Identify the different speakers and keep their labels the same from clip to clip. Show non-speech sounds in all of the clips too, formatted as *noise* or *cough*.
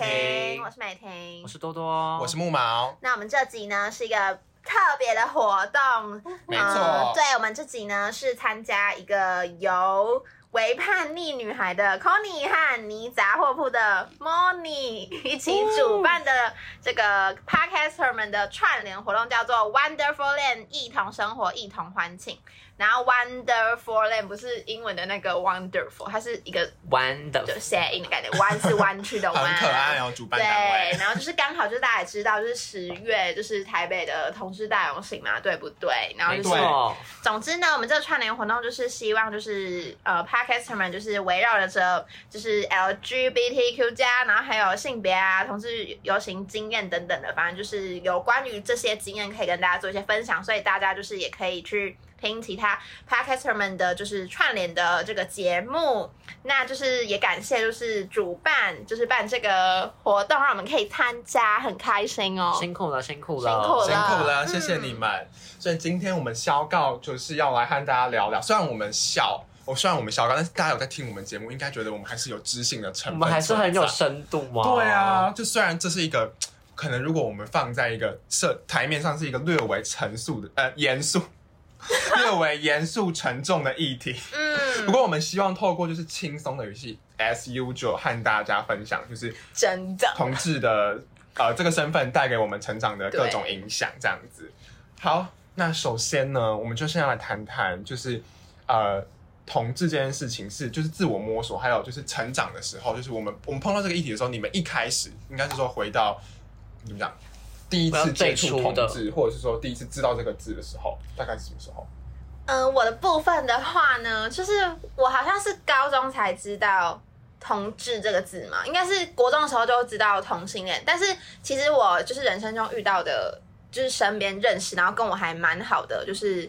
Speaker 1: 我是美婷，
Speaker 2: 我是多
Speaker 1: 哦
Speaker 2: 哦多，
Speaker 3: 我是木毛，
Speaker 1: 那我们这集呢是一个特别的活动，
Speaker 3: 没
Speaker 1: 呃
Speaker 3: 错，
Speaker 1: 对我们这集呢是参加一个由为叛逆女孩的 Connie 和泥杂货铺的
Speaker 3: *laughs*
Speaker 1: Moni 一起主办的这
Speaker 3: 哦
Speaker 1: 个 Podcaster 们的串联活动，叫做 Wonderful Land 一同生活，一同欢庆。然后 Wonderful Land 不是英文的那个 Wonderful，它是一个
Speaker 2: 玩的
Speaker 1: 就谐音的概念，弯是弯曲的弯，
Speaker 3: 很可爱哦，主办单
Speaker 1: 对，
Speaker 3: 位。
Speaker 1: 然后就是刚好就是大家也知道，就是十月就是台北的同志大游行嘛，对不对？然后
Speaker 2: 没
Speaker 1: 就是
Speaker 3: 对
Speaker 2: 错，
Speaker 1: 总之呢，我们这个串联活动就是希望就是呃 p a r k e s t 们就是围绕着这就是 LGBTQ 加，然后还有性别啊、同志游行经验等等的，反正就是有关于这些经验可以跟大家做一些分享，所以大家就是也可以去。听其他 p a r k e s t 们的就是串联的这个节目，那就是也感谢就是主办就是办这个活动，让我们可以参加，很开心哦。
Speaker 2: 辛苦了，辛苦了，
Speaker 1: 辛苦了
Speaker 3: 辛苦了，
Speaker 1: 嗯
Speaker 3: 谢谢你们。所以今天我们消告就是要来和大家聊聊，虽然我们小，我虽然我们消告，但是大家有在听我们节目，应该觉得我们还是有知性的成分，
Speaker 2: 我们还是很有。深度嘛。
Speaker 3: 对啊，，就虽然这是一个。可能如果我们放在一个社台面上，是一个略为沉肃的，呃，
Speaker 1: *laughs*
Speaker 3: 严肃，略为严肃沉重的议题。
Speaker 1: 嗯
Speaker 3: 不，过我们希望透过就是轻松的语气，as usual 和大家分享，就是
Speaker 1: 真的。
Speaker 3: 同志的呃这个身份带给我们成长的各种影响，这样子。好，那首先呢，我们就先要来谈谈，就是呃同志这件事情是就是自我摸索，还有就是成长的时候，就是我们我们碰到这个议题的时候，你们一开始应该是说回到怎么讲？第一
Speaker 2: 回到
Speaker 3: 次接
Speaker 2: 最
Speaker 3: 触
Speaker 2: 初
Speaker 3: 同
Speaker 2: 的
Speaker 3: 志，或者是说第一次知道这个字的时候，大概是什么时候？
Speaker 1: 嗯，我的部分的话呢，就是我好像是高中才知道“同志”这个字嘛，应该是国中的时候就知道同性恋。但是其实我就是人生中遇到的，就是身边认识，然后跟我还蛮好的，就是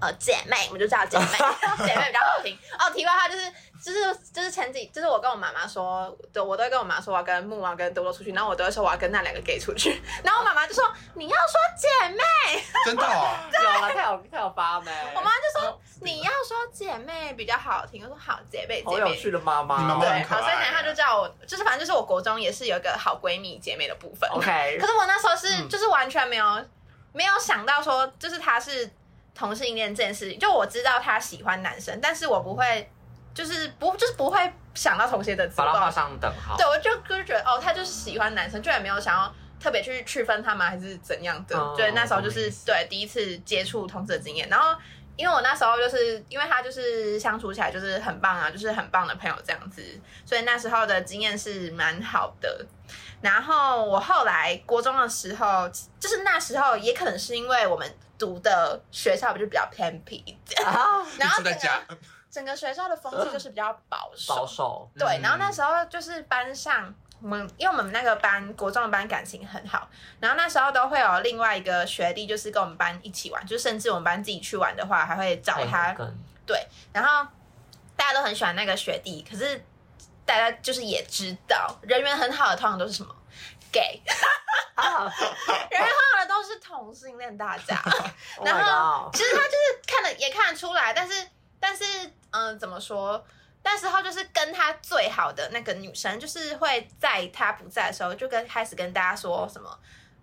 Speaker 1: 呃姐妹，我们就叫姐妹，姐妹比较好听。哦，题外话就是。就是就是前几，就是我跟我妈妈说，对我都会跟我妈说我要跟木毛跟多多出去，然后我都会说我要跟那两个 gay 出去，然后我妈妈就说你要说姐妹，
Speaker 3: 真的、哦？
Speaker 1: 啊
Speaker 2: 有了，太有太有发霉。
Speaker 1: 我妈就
Speaker 2: 哦
Speaker 1: 说你要说姐妹比较好听，我说好姐妹
Speaker 2: 好
Speaker 1: 姐
Speaker 2: 有
Speaker 1: 妹。
Speaker 2: 趣的妈妈哦。
Speaker 3: 你妈妈
Speaker 1: 对，
Speaker 3: 很可
Speaker 1: 好，
Speaker 3: 爱
Speaker 1: 所以等一下就叫我，就是反正就是我国中也是有一个好闺蜜姐妹的部分。
Speaker 2: OK，
Speaker 1: 可是我那时候是、
Speaker 2: 嗯
Speaker 1: 就是完全没有没有想到说，就是她是同性恋这件事情。就我知道她喜欢男生，但是我不会，就是不就是不会想到同性的字。
Speaker 2: 把它
Speaker 1: 我不知
Speaker 2: 画
Speaker 1: 道
Speaker 2: 上等号。
Speaker 1: 对，我就就觉得哦，他就是喜欢男生，就也没有想要特别去区分他们还是怎样的。
Speaker 2: 哦
Speaker 1: 对，那时候就
Speaker 2: 懂你
Speaker 1: 是
Speaker 2: 意思
Speaker 1: 对第一次接触同志的经验，然后。因为我那时候就是因为他就是相处起来就是很棒啊，就是很棒的朋友这样子，所以那时候的经验是蛮好的。然后我后来国中的时候，就是那时候也可能是因为我们读的学校就比较偏僻一点，
Speaker 2: 啊，
Speaker 1: 然后整
Speaker 3: 就在
Speaker 1: 个
Speaker 3: 家，
Speaker 1: 整个学校的风气就是比较保守，
Speaker 2: 保守。
Speaker 1: 对，
Speaker 2: 嗯
Speaker 1: 然后那时候就是班上，我们因为我们那个班国中的班感情很好，然后那时候都会有另外一个学弟，就是跟我们班一起玩，就甚至我们班自己去玩的话，还会找他
Speaker 2: 培，根
Speaker 1: 然后大家都很喜欢那个学弟，可是大家就是也知道，人缘很好的通常都是什么 gay， *laughs*
Speaker 2: 啊，
Speaker 1: 人缘很好的都是同性恋大家。
Speaker 2: Oh
Speaker 1: 然后
Speaker 2: 后
Speaker 1: 其实他就是看得也看得出来，但是但是嗯、呃怎么说？那时候就是跟他最好的那个女生，就是会在他不在的时候，就跟开始跟大家说什么，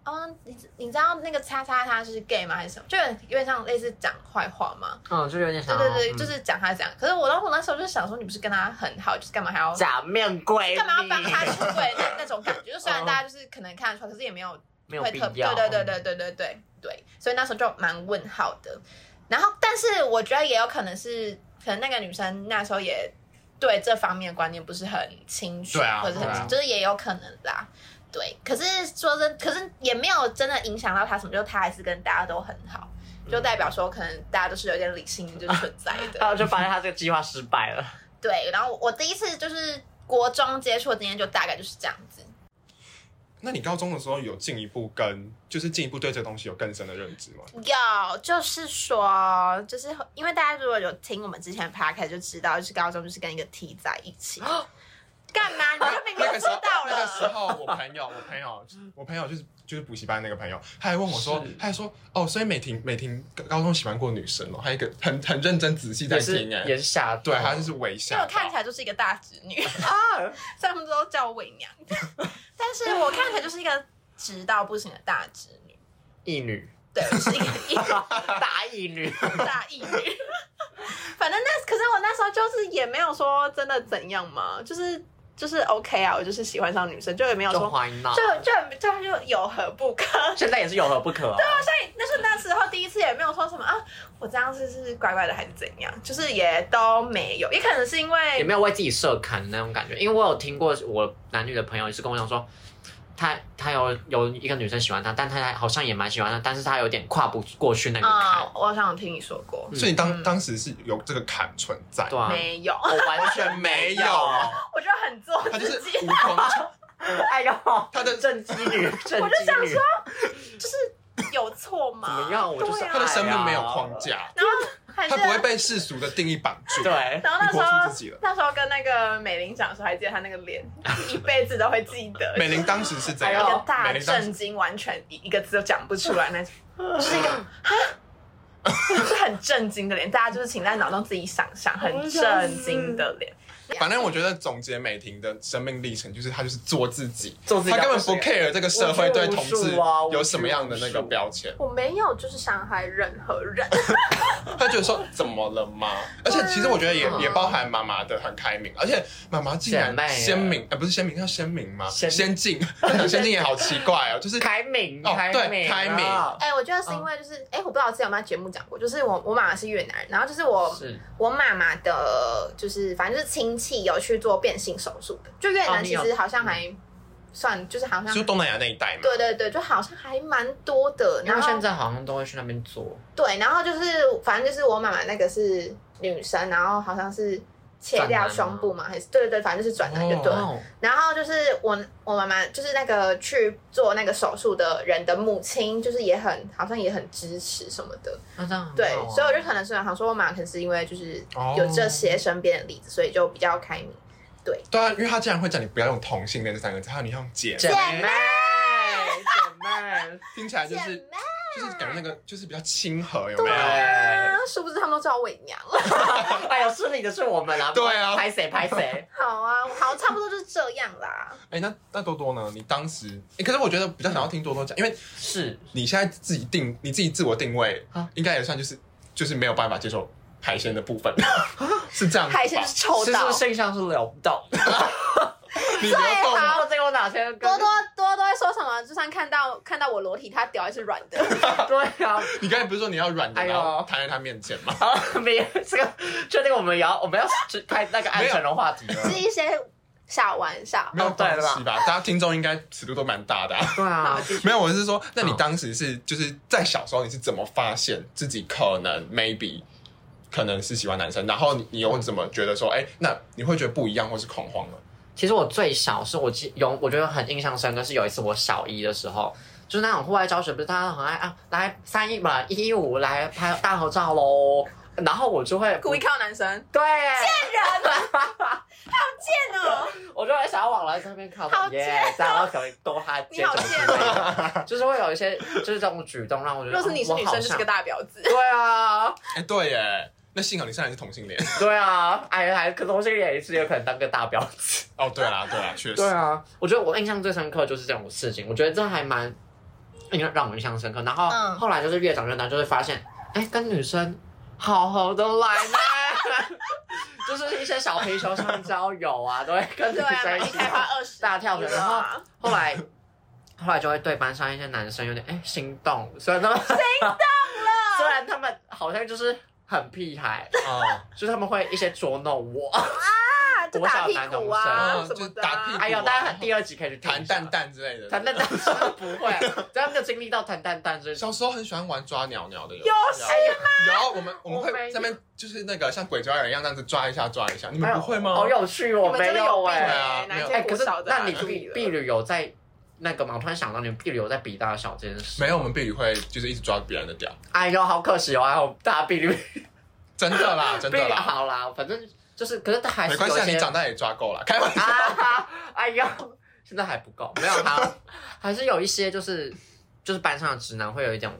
Speaker 1: 嗯，你你知道那个叉叉他是 gay 吗？还是什么？就有有点像类似讲坏话嘛。
Speaker 2: 嗯，就有点
Speaker 1: 对
Speaker 2: 想要
Speaker 1: 对对，
Speaker 2: 嗯
Speaker 1: 就是讲他讲。可是我当时我那时候就想说，你不是跟他很好，就是干嘛还要
Speaker 2: 假面鬼，
Speaker 1: 干嘛要帮他出柜那那种感觉？就虽然大家就是可能看得出来，可是也没有
Speaker 2: 没有
Speaker 1: 会
Speaker 2: 必
Speaker 1: 特
Speaker 2: 要。嗯
Speaker 1: 对对对对对对对对，所以那时候就蛮问号的。然后，但是我觉得也有可能是，可能那个女生那时候也对这方面的观念不是很清楚，
Speaker 3: 对啊
Speaker 1: 或者很、
Speaker 2: 对啊
Speaker 1: 就是也有可能啦。对，可是说真，可是也没有真的影响到她什么，就她还是跟大家都很好，就
Speaker 2: 嗯
Speaker 1: 代表说可能大家都是有点理性就存在的。
Speaker 2: *laughs* 然后啊就发现他这个计划失败了。
Speaker 1: 对，然后我我第一次就是国中接触的经验就大概就是这样子。
Speaker 3: 那你高中的时候有进一步跟，就是进一步对这个东西有更深的认知吗？
Speaker 1: 有，就是说，就是
Speaker 4: *gasps*
Speaker 1: 因为大家如果有听我们之前的 podcast 就知道，就是高中就是跟一个 T 在一起，干嘛？你就明明
Speaker 3: 那
Speaker 1: 就
Speaker 3: 个
Speaker 1: 知
Speaker 3: 时候，
Speaker 1: 道
Speaker 3: 那个时
Speaker 1: 了。
Speaker 3: 候，我朋友，我朋友，我朋友就是就是补习班那个朋友，他还问我说
Speaker 2: 是，
Speaker 3: 他还说，哦，所以美婷美婷高中喜欢过女生哦，还有一个很很认真仔细在
Speaker 2: 也是
Speaker 3: 听哎
Speaker 2: 也，是吓到，
Speaker 3: 对，他就是微
Speaker 4: 因为
Speaker 3: 笑
Speaker 4: 我，看起来就是一个大侄女，
Speaker 2: 啊，
Speaker 4: *laughs* 所以他们都叫我伪娘。 *laughs* 但是我看起来就是一个直到不行的大侄女，
Speaker 2: 异
Speaker 3: *laughs*
Speaker 2: 女，
Speaker 4: 对，我是一个一
Speaker 2: 大异女，
Speaker 4: 大义女。反正那可是我那时候就是也没有说真的怎样嘛，就是就是 OK 啊，我就是喜欢上女生，就也没有
Speaker 2: 就
Speaker 4: 说
Speaker 2: 怀闹
Speaker 4: 就，就就就有何不可。
Speaker 2: 现在也是有何不可啊？
Speaker 4: 所以那是那时候第一次也没有说什么啊，我这样子是乖乖的还是怎样，就是也都没有，也可能是因
Speaker 2: 也
Speaker 4: 为
Speaker 2: 没有为自己设坎那种感觉，因为我有听过我男女的朋友也是跟我讲说，他他有有一个女生喜欢他，但他好像也蛮喜欢他，但是他有点跨不过去那个坎，
Speaker 4: 啊、我好像有听你说过，
Speaker 3: 所以当当时是有这个坎存在，
Speaker 2: 嗯对啊，啊
Speaker 4: 没有，
Speaker 2: 我完全没有，
Speaker 4: *laughs* 我觉得很做
Speaker 3: 他啊就
Speaker 4: 自
Speaker 3: 是
Speaker 4: 己。
Speaker 3: 无从
Speaker 2: 哎呦，
Speaker 3: 他的
Speaker 2: 正畸女，正
Speaker 4: 我
Speaker 2: 畸
Speaker 4: 就想
Speaker 2: 女
Speaker 4: 说，就是有错吗？
Speaker 2: 怎么样我就是
Speaker 4: 对啊
Speaker 3: 他的生命没有框架，
Speaker 4: 然后啊还是
Speaker 3: 他不会被世俗的定义绑住，
Speaker 2: 哎对，
Speaker 4: 然后那
Speaker 3: 你活出自
Speaker 4: 时
Speaker 3: 己
Speaker 4: 候
Speaker 3: 了，
Speaker 4: 那时候跟那个美玲讲的时候，还记得她那个脸，一辈子都会记得。
Speaker 3: *laughs* 美玲当时是怎
Speaker 4: 一
Speaker 3: 样？
Speaker 4: 个大
Speaker 3: 美玲当时
Speaker 4: 震惊，完全一一个字都讲不出来那
Speaker 3: *laughs*
Speaker 4: 种，就是一个啊，就是很震惊的脸。大家就是请在脑中自己想象，很震惊的脸。
Speaker 3: 反正我觉得总结美婷的生命历程，就是她就是做自己，
Speaker 2: 做自己
Speaker 3: 她根本
Speaker 2: 到
Speaker 3: 不
Speaker 2: 底是
Speaker 3: care 这个社会对同
Speaker 2: 无拘
Speaker 3: 志
Speaker 2: 无束啊无拘
Speaker 3: 有什么样的那个标签，
Speaker 4: 我没有，就是伤害任何 *laughs* 人。
Speaker 3: 她觉得说怎么了吗？而且其实我觉得也
Speaker 2: 对啊
Speaker 3: 也包含妈妈的很开明，而且妈妈竟然
Speaker 2: 姐妹啊
Speaker 3: 先明，呃，不是先明，叫先明吗？
Speaker 2: 先
Speaker 3: 先进，先进也好奇怪哦，就是
Speaker 2: 开明，
Speaker 3: 哦
Speaker 2: 开
Speaker 3: 对
Speaker 2: 明，
Speaker 3: 开明
Speaker 2: 啊
Speaker 1: 哎、我觉得是因为就是，哎、我不知道我之前有没有在节目讲过，就是我我妈妈是越南人，然后就是我
Speaker 2: 是
Speaker 1: 我妈妈的，就是反正就是亲戚有去做变性手术的，就越
Speaker 2: 哦
Speaker 1: 南
Speaker 2: 你
Speaker 1: 其
Speaker 2: 有
Speaker 1: 实好像还算，就是好像
Speaker 3: 就是东南亚那一带嘛。
Speaker 1: 对对对，就好像还蛮多的。
Speaker 2: 因
Speaker 1: 然
Speaker 2: 为现
Speaker 1: 后
Speaker 2: 在好像都会去那边做，
Speaker 1: 对，然后就是反正就是我妈妈那个是女生，然后好像是切
Speaker 2: 转
Speaker 1: 掉
Speaker 2: 男吗
Speaker 1: 胸部嘛，还是对对对，反正就是转男就对了。
Speaker 2: 哦，
Speaker 1: 然后就是我我妈妈就是那个去做那个手术的人的母亲，就是也很好像也很支持什么的，
Speaker 2: 那这样很
Speaker 1: 对，
Speaker 2: 好啊
Speaker 1: 所以我就可能是想说，我妈可能是因为就是
Speaker 3: 哦
Speaker 1: 有这些身边的例子，所以就比较开明。
Speaker 3: 对啊，因为她竟然会叫你不要用同性恋这三个字，还有你用姐，
Speaker 2: 姐妹
Speaker 1: 妹
Speaker 2: 姐妹，
Speaker 3: 听起来就是
Speaker 1: 姐妹
Speaker 3: 就是感觉那个就是比较亲和，有没
Speaker 1: 对
Speaker 3: 有？
Speaker 2: 哎
Speaker 1: 啊，殊不知他们都叫我伪娘。 *laughs*
Speaker 2: 哎呦，是你的是我们啊，
Speaker 3: 对啊
Speaker 2: 拍谁拍谁，
Speaker 1: 好啊，好，差不多就是这样啦。
Speaker 3: 哎，那那多多呢？你当时，哎，可是我觉得比较想要听多多讲，因为
Speaker 2: 是
Speaker 3: 你现在自己定你自己自我定位
Speaker 2: 啊，
Speaker 3: 应该也算就是就是没有办法接受海鲜的部分，
Speaker 2: 啊
Speaker 3: *laughs* 是这样子吧。
Speaker 1: 海鲜就是臭
Speaker 2: 是
Speaker 1: 到
Speaker 2: 不是性向是流动？
Speaker 3: 你流动
Speaker 1: 最
Speaker 3: 吗
Speaker 1: 好
Speaker 2: 这个我哪天
Speaker 1: 多多多多会说什么？就算看到看到我裸体，他屌还是
Speaker 2: *laughs*
Speaker 1: 软的。
Speaker 2: 对啊，
Speaker 3: 你刚才不是说你要软的，
Speaker 2: 哎呦
Speaker 3: 然后摊在他面前吗？
Speaker 2: 好，没有这个，确定我们也要我们要去拍那个安全的话题了。
Speaker 1: 是一些小玩笑。
Speaker 3: 没有
Speaker 2: 哦对
Speaker 3: 关
Speaker 2: 了吧
Speaker 3: 系吧？大家听众应该尺度都蛮大的、
Speaker 2: *laughs*
Speaker 3: 啊。
Speaker 2: 对啊，
Speaker 3: 没有，我是说，那你当时是就是在小时候你是怎么发现自己可能 maybe 可能是喜欢男生，然后你你又怎么觉得说，哎、那你会觉得不一样或是恐慌了？
Speaker 2: 其实我最小是我记有，我觉得很印象深刻是有一次我小一的时候，就是那种户外教学，不是大家很爱啊，来三一嘛一一五来拍大合照喽，然后我就会
Speaker 4: 故意看到男生，
Speaker 2: 对，
Speaker 4: 贱哦，
Speaker 2: 我就会想要往来这边靠，
Speaker 1: 好
Speaker 2: 耶
Speaker 1: 贱，
Speaker 2: 这样然后可能多他
Speaker 4: 你好贱
Speaker 2: 哦， *laughs* 就是会有一些就是这种举动让我觉得，
Speaker 4: 若是你是
Speaker 2: 哦
Speaker 4: 女生，就是个。大婊子
Speaker 2: 我好像。对啊，
Speaker 3: 哎、对耶，那幸好你现在是同性恋。
Speaker 2: 对啊，哎，还可同性恋也是有可能当个大婊子。
Speaker 3: 哦，对啦，对啦，确实。
Speaker 2: 对啊，我觉得我印象最深刻就是这种事情，我觉得这还蛮让让我印象深刻。然后、
Speaker 1: 嗯
Speaker 2: 后来就是越长越大，就会发现，哎、跟女生好合得来呢。就是一些小皮球上交友啊，都会 *laughs* 跟女
Speaker 4: 对啊，
Speaker 2: 生
Speaker 4: 买
Speaker 2: 一
Speaker 4: 一
Speaker 2: 起
Speaker 4: 开花二十，
Speaker 2: 大跳水。然后
Speaker 4: 啊，
Speaker 2: 后来，后来就会对班上一些男生有点哎、心动，虽然他们心动了， *laughs* 虽然他们好像就是很屁孩，
Speaker 3: 啊，
Speaker 2: 就是他们会一些捉弄我。 *laughs*
Speaker 1: 就打屁股啊
Speaker 3: 嗯
Speaker 1: 什
Speaker 3: 就
Speaker 1: 么
Speaker 3: 是
Speaker 1: 的
Speaker 3: 打
Speaker 1: 啊。
Speaker 3: 屁股啊，
Speaker 2: 哎呦，大家很第二集可以去听一
Speaker 3: 弹
Speaker 2: 下
Speaker 3: 蛋蛋之类
Speaker 2: *laughs*
Speaker 3: 的。
Speaker 2: 弹蛋蛋是不
Speaker 4: 啊
Speaker 2: 会，只要没有经历到弹蛋蛋，就是
Speaker 3: 小时候很喜欢玩抓鸟鸟的游戏
Speaker 4: 有
Speaker 3: 啊。
Speaker 4: 是
Speaker 3: 有，我们我们
Speaker 2: 我没
Speaker 3: 会
Speaker 2: 有
Speaker 3: 上面就是那个像鬼抓人一样，这样子抓一下抓一下。你
Speaker 2: 哎
Speaker 3: 们
Speaker 2: 呦
Speaker 3: 不会吗？
Speaker 2: 好有趣哦，
Speaker 4: 你
Speaker 2: 我
Speaker 4: 们
Speaker 2: 没
Speaker 4: 真的
Speaker 2: 有
Speaker 4: 有病
Speaker 2: 哎。
Speaker 1: 欸
Speaker 4: 哎，
Speaker 3: 没
Speaker 4: 哪
Speaker 3: 有
Speaker 4: 一
Speaker 2: 哎，
Speaker 4: 届
Speaker 2: 可
Speaker 4: 国
Speaker 2: 是
Speaker 4: 小的啊？
Speaker 2: 那你
Speaker 4: 注意
Speaker 2: 避
Speaker 4: 了
Speaker 2: 避旅有在那个吗？我突然想到，你们避旅有在比大小这件事。
Speaker 3: 没有，我们避旅会就是一直抓别人的屌，
Speaker 2: 哎呦，好可惜哦！哎呦，大家避旅 *laughs*
Speaker 3: 真的啦，真
Speaker 2: 避
Speaker 3: 的
Speaker 2: 旅
Speaker 3: 啦。
Speaker 2: 好啦，反正就是可是还是
Speaker 3: 没关系
Speaker 2: 有
Speaker 3: 啊，
Speaker 2: 一些
Speaker 3: 你长大也抓够了，开玩笑。
Speaker 2: *laughs* 啊，哎呦，现在还不够，没有他，还是有一些就是就是班上的直男会有一种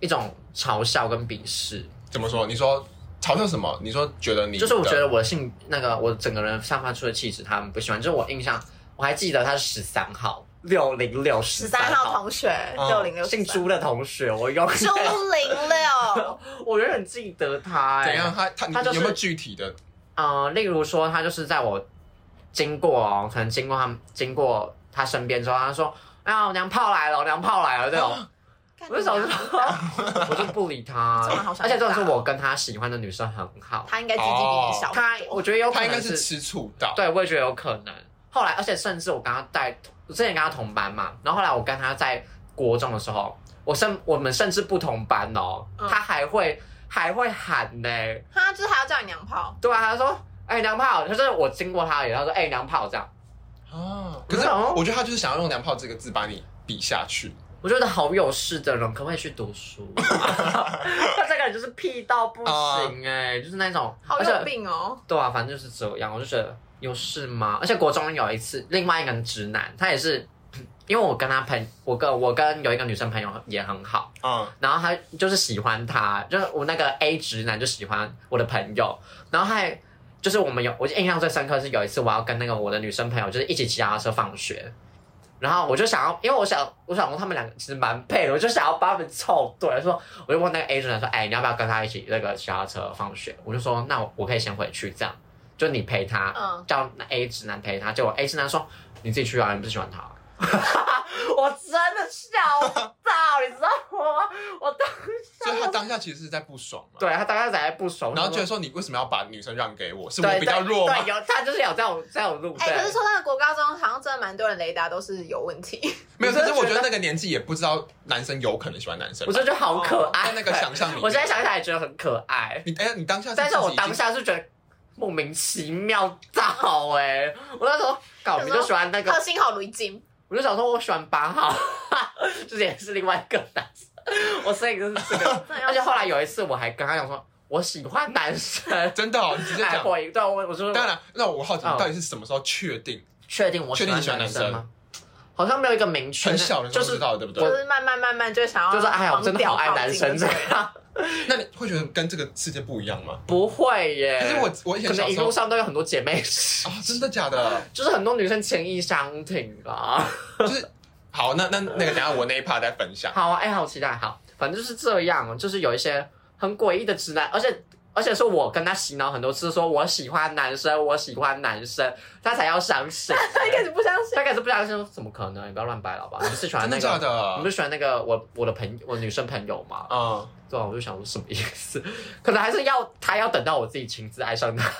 Speaker 2: 一种嘲笑跟鄙视，
Speaker 3: 怎么说？你说嘲笑什么？你说觉得你
Speaker 2: 就是我
Speaker 3: 的
Speaker 2: 觉得我的性那个我整个人散发出的气质他们不喜欢，就是我印象我还记得他是十三号六零六
Speaker 1: 十
Speaker 2: 十
Speaker 1: 三号
Speaker 2: 号
Speaker 1: 同学
Speaker 3: 哦
Speaker 1: 六零六
Speaker 2: 嗯姓朱的同学，我永远
Speaker 1: *laughs* 朱零六，
Speaker 2: *laughs* 我永远记得他、欸，
Speaker 3: 怎样？他他你
Speaker 2: 他就是
Speaker 3: 有没有具体的？
Speaker 2: 呃，例如说，他就是在我经过哦，可能经过他们经过他身边之后，他说：“啊，娘炮来了，娘炮来了。”这种，我就想说，我就不理他
Speaker 4: 真的好。想
Speaker 2: 而且这种是我跟他喜欢的女生很好，
Speaker 1: 他应该资金比你小很
Speaker 3: 他
Speaker 2: 哦他
Speaker 1: 多，
Speaker 2: 我觉得有可
Speaker 3: 他应该
Speaker 2: 能
Speaker 3: 是吃醋到，
Speaker 2: 对，我也觉得有可能。后来，而且甚至我跟他带，我之前跟他同班嘛，然后后来我跟他在国中的时候，我甚我们甚至不同班哦，
Speaker 4: 嗯
Speaker 2: 他还会还会喊呢、
Speaker 4: 他就是还要叫你娘炮，
Speaker 2: 对啊，他说：“哎、娘炮！”就是我经过他而已，他说：“哎、娘炮！”这样，
Speaker 3: 啊。可是
Speaker 2: 没有
Speaker 3: 我觉得他就是想要用“娘炮”这个字把你比下去。
Speaker 2: 我觉得好有事的人可不可以去读书？ *laughs* 他这个人就是屁到不行哎、就是那种，
Speaker 4: 好
Speaker 2: 而
Speaker 4: 有
Speaker 2: 且
Speaker 4: 病哦。
Speaker 2: 对啊，反正就是这样，我就觉得有事吗？而且国中有一次，另外一个人直男，他也是。 *clears throat* 因为我跟他朋，我跟我跟有一个女生朋友也很好，
Speaker 3: 嗯，
Speaker 2: 然后他就是喜欢他，就是我那个 A 直男就喜欢我的朋友，然后还就是我们有我印象最深刻是有一次我要跟那个我的女生朋友就是一起骑脚踏车放学，然后我就想要，因为我想我想说他们两个其实蛮配的，我就想要把他们凑对，说我就问那个 A 直男说，哎，你要不要跟他一起那个骑脚踏车放学？我就说那我我可以先回去这样，就你陪他，
Speaker 4: 嗯
Speaker 2: 叫那 A 直男陪他，结果 A 直男说你自己去啊，你不是喜欢他。我真的笑到，你知道吗？我当
Speaker 3: 所以他当下其实是在不爽嘛。
Speaker 2: 对他当时还不熟，
Speaker 3: 然后觉得
Speaker 2: 是
Speaker 3: 说你为什么要把女生让给我？是
Speaker 2: 对
Speaker 3: 我比较
Speaker 2: 对
Speaker 3: 弱吗？
Speaker 2: 对，有他就是有这种这种路
Speaker 4: 哎、
Speaker 2: 线。
Speaker 4: 可是说真的，国高中好像真的蛮多人雷达都是有问题，
Speaker 3: 没有，
Speaker 2: 我
Speaker 3: 可
Speaker 2: 真
Speaker 3: 是
Speaker 2: 的
Speaker 3: 我觉
Speaker 2: 觉
Speaker 3: 得
Speaker 2: 得
Speaker 3: 那个年纪也不知道男生有可能喜欢男生吧
Speaker 2: 我。这就好可爱，
Speaker 3: 在哦那个想象里面
Speaker 2: 我现在想起来也觉得很可爱，
Speaker 3: 你哎，你当下
Speaker 2: 但是
Speaker 3: 自己
Speaker 2: 我
Speaker 3: 已经
Speaker 2: 当下是觉得莫名其妙到哎、我那时候搞你就喜欢那
Speaker 4: 个
Speaker 2: 个，
Speaker 4: 性好雷金，
Speaker 2: 我就想说我喜欢八号， *laughs* 就是也是另外一个男生，我所以就是这个，
Speaker 4: 哦真的要
Speaker 2: 而且后来有一次我还跟他讲说，我喜欢男生，
Speaker 3: 真的哦，你直接
Speaker 2: 来
Speaker 3: 讲。
Speaker 2: 回对哎我我说
Speaker 3: 当然，那我好奇你
Speaker 2: 嗯
Speaker 3: 到底是什么时候确定？
Speaker 2: 确定我喜欢
Speaker 3: 确定你喜欢
Speaker 2: 男
Speaker 3: 男生
Speaker 2: 生吗？好像没有一个明确，
Speaker 3: 很小的时
Speaker 2: 就
Speaker 3: 候就是知道了，对不对
Speaker 4: 就？是慢慢慢慢就会想要
Speaker 2: 就是哎呀，我真的好爱男生这
Speaker 4: 这
Speaker 2: 样。
Speaker 3: 那你会觉得跟这个世界不一样吗？
Speaker 2: 不会耶，
Speaker 3: 可是我我以前
Speaker 2: 呃
Speaker 3: 小
Speaker 2: 可能一
Speaker 3: 时
Speaker 2: 路
Speaker 3: 候
Speaker 2: 上都有很多姐妹 *laughs* 史，
Speaker 3: 啊，真的假的？
Speaker 2: 就是很多女生情意相挺啊。
Speaker 3: 就是好，那那那个等一下我那一 part 再分享。
Speaker 2: *laughs* 好啊，哎、好期待，好，反正就是这样，就是有一些很诡异的直男，而且。而且是我跟他洗脑很多次，说我喜欢男生，我喜欢男生，他才要相信。
Speaker 3: *laughs*
Speaker 4: 他一开始不相信，
Speaker 2: 他开始不相信，说怎么可能？你哎不要乱掰了好
Speaker 3: *laughs*
Speaker 2: 吧？你不是喜欢
Speaker 3: 真
Speaker 2: 那
Speaker 3: 的假
Speaker 2: 个？你不
Speaker 3: 的？
Speaker 2: 是喜欢那个我我的朋我女生朋友吗？
Speaker 3: 嗯，
Speaker 2: 对啊，我就想说什么意思？ *laughs* 可能还是要他要等到我自己亲自爱上他，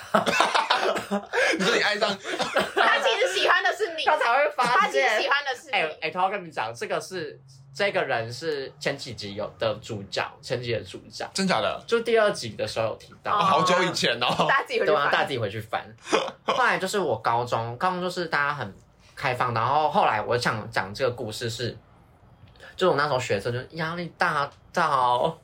Speaker 3: 你说你爱上
Speaker 4: 他其实喜欢的是你，
Speaker 2: 他才会
Speaker 4: 他
Speaker 2: 发
Speaker 4: 其实
Speaker 2: 现
Speaker 4: 喜。欢的是
Speaker 2: 哎
Speaker 4: 你。
Speaker 2: 哎，偷偷跟你们讲，这个是这个人是前几集有的主角，前几集的主角，
Speaker 3: 真假的？
Speaker 2: 就第二集的时候有提
Speaker 3: 啊
Speaker 2: 到，
Speaker 4: 哦
Speaker 3: 好久以前哦，
Speaker 4: 大家自己回去
Speaker 2: 对啊，嗯
Speaker 4: 翻。
Speaker 2: *laughs* 大家自己回去翻。后来就是我高中，高中就是大家很开放，然后后来我想讲这个故事是。就是我那时候学车，就是压力大到，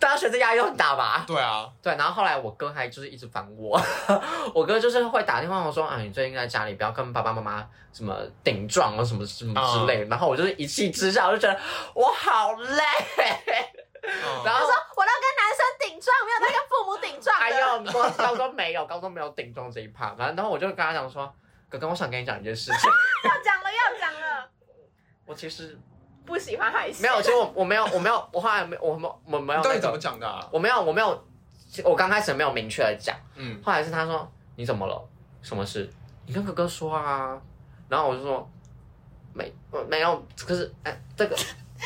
Speaker 2: 大家学车压力都很大吧？
Speaker 3: 对啊，
Speaker 2: 对，然后后来我哥还就是一直烦我， *laughs* 我哥就是会打电话我说，啊，你最近在家里不要跟爸爸妈妈什么顶撞啊，什么什么之类的。然后我就是一气之下，我就觉得我好累，啊
Speaker 3: 嗯
Speaker 2: 然后
Speaker 4: 说我要跟男生顶撞，没有在跟父母顶撞
Speaker 2: 哎
Speaker 4: 的。
Speaker 2: 呦， *laughs* 我高中没有，高中没有顶撞这一趴。然后然后我就跟他讲说，哥哥，我想跟你讲一件事情，
Speaker 4: 要讲了，要讲了，
Speaker 2: 我其实 *laughs*
Speaker 4: 不喜欢还行。
Speaker 2: 没有，其实我我没有我没有我后来没我没有我没有
Speaker 3: 你到底
Speaker 2: 那
Speaker 3: 怎么
Speaker 2: 个
Speaker 3: 讲的啊？
Speaker 2: 我没有我没有我刚开始没有明确的讲。
Speaker 3: 嗯，
Speaker 2: 后来是他说你怎么了？什么事？你跟哥哥说啊。然后我就说没我没有，可是哎、这
Speaker 4: *laughs*
Speaker 2: 个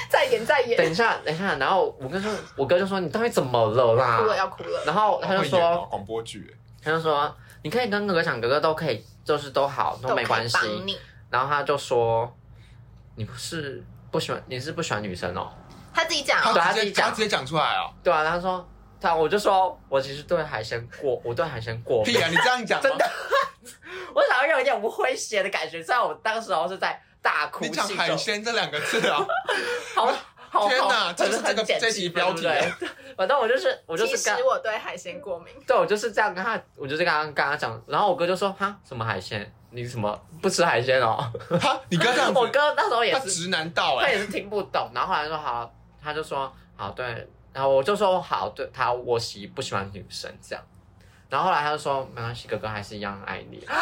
Speaker 4: 再演再演，
Speaker 2: 等一下等一下。然后我跟说我哥就说你到底怎么了啦
Speaker 4: 哭？了要哭了。
Speaker 2: 然后他就
Speaker 3: 会演哦
Speaker 2: 说
Speaker 3: 广播剧，
Speaker 2: 他就说你可以跟哥哥讲，哥哥都可以，就是都好都没关系
Speaker 4: 都可以。帮你
Speaker 2: 然后他就说你不是不喜欢你是不喜欢女生哦？
Speaker 4: 他自己讲，
Speaker 2: 对
Speaker 3: 他
Speaker 2: 他
Speaker 3: 直
Speaker 2: 自
Speaker 3: 接
Speaker 2: 己
Speaker 3: 他
Speaker 2: 讲
Speaker 3: 直接讲出来哦，
Speaker 2: 对啊，他说他我就说我其实对海鲜过我对海鲜过敏
Speaker 3: 屁。啊，你这样讲吗
Speaker 2: 哦真的，我想要有一点无诙谐的感觉，虽然我当时候是在大哭
Speaker 3: 你讲
Speaker 2: 泣
Speaker 3: 海
Speaker 2: 中，
Speaker 3: 鲜这两个字啊，
Speaker 2: 哦 *laughs* 好好
Speaker 3: 天哪
Speaker 2: 哪，
Speaker 3: 这是
Speaker 2: 很
Speaker 3: 这个
Speaker 2: 简
Speaker 3: 这集
Speaker 2: 单
Speaker 3: 标题啊
Speaker 2: 对不对反正我就是我就
Speaker 4: 其
Speaker 2: 是
Speaker 4: 实
Speaker 2: 跟，哦
Speaker 4: 我对海鲜过敏，
Speaker 2: 对我就是这样跟他，我就是刚刚跟他讲，然后我哥就说哈什么海鲜，你什么不吃海鲜哦？
Speaker 3: 哈，你哥这样子，
Speaker 2: 我哥那时候也
Speaker 3: 他
Speaker 2: 是，
Speaker 3: 直男到
Speaker 2: 他
Speaker 3: 哎、
Speaker 2: 也是听不懂，然后后来说好，他就说好对，然后我就说好对，他我喜不喜欢女生这样，然后后来他就说没关系，哥哥还是一样爱你。
Speaker 4: 啊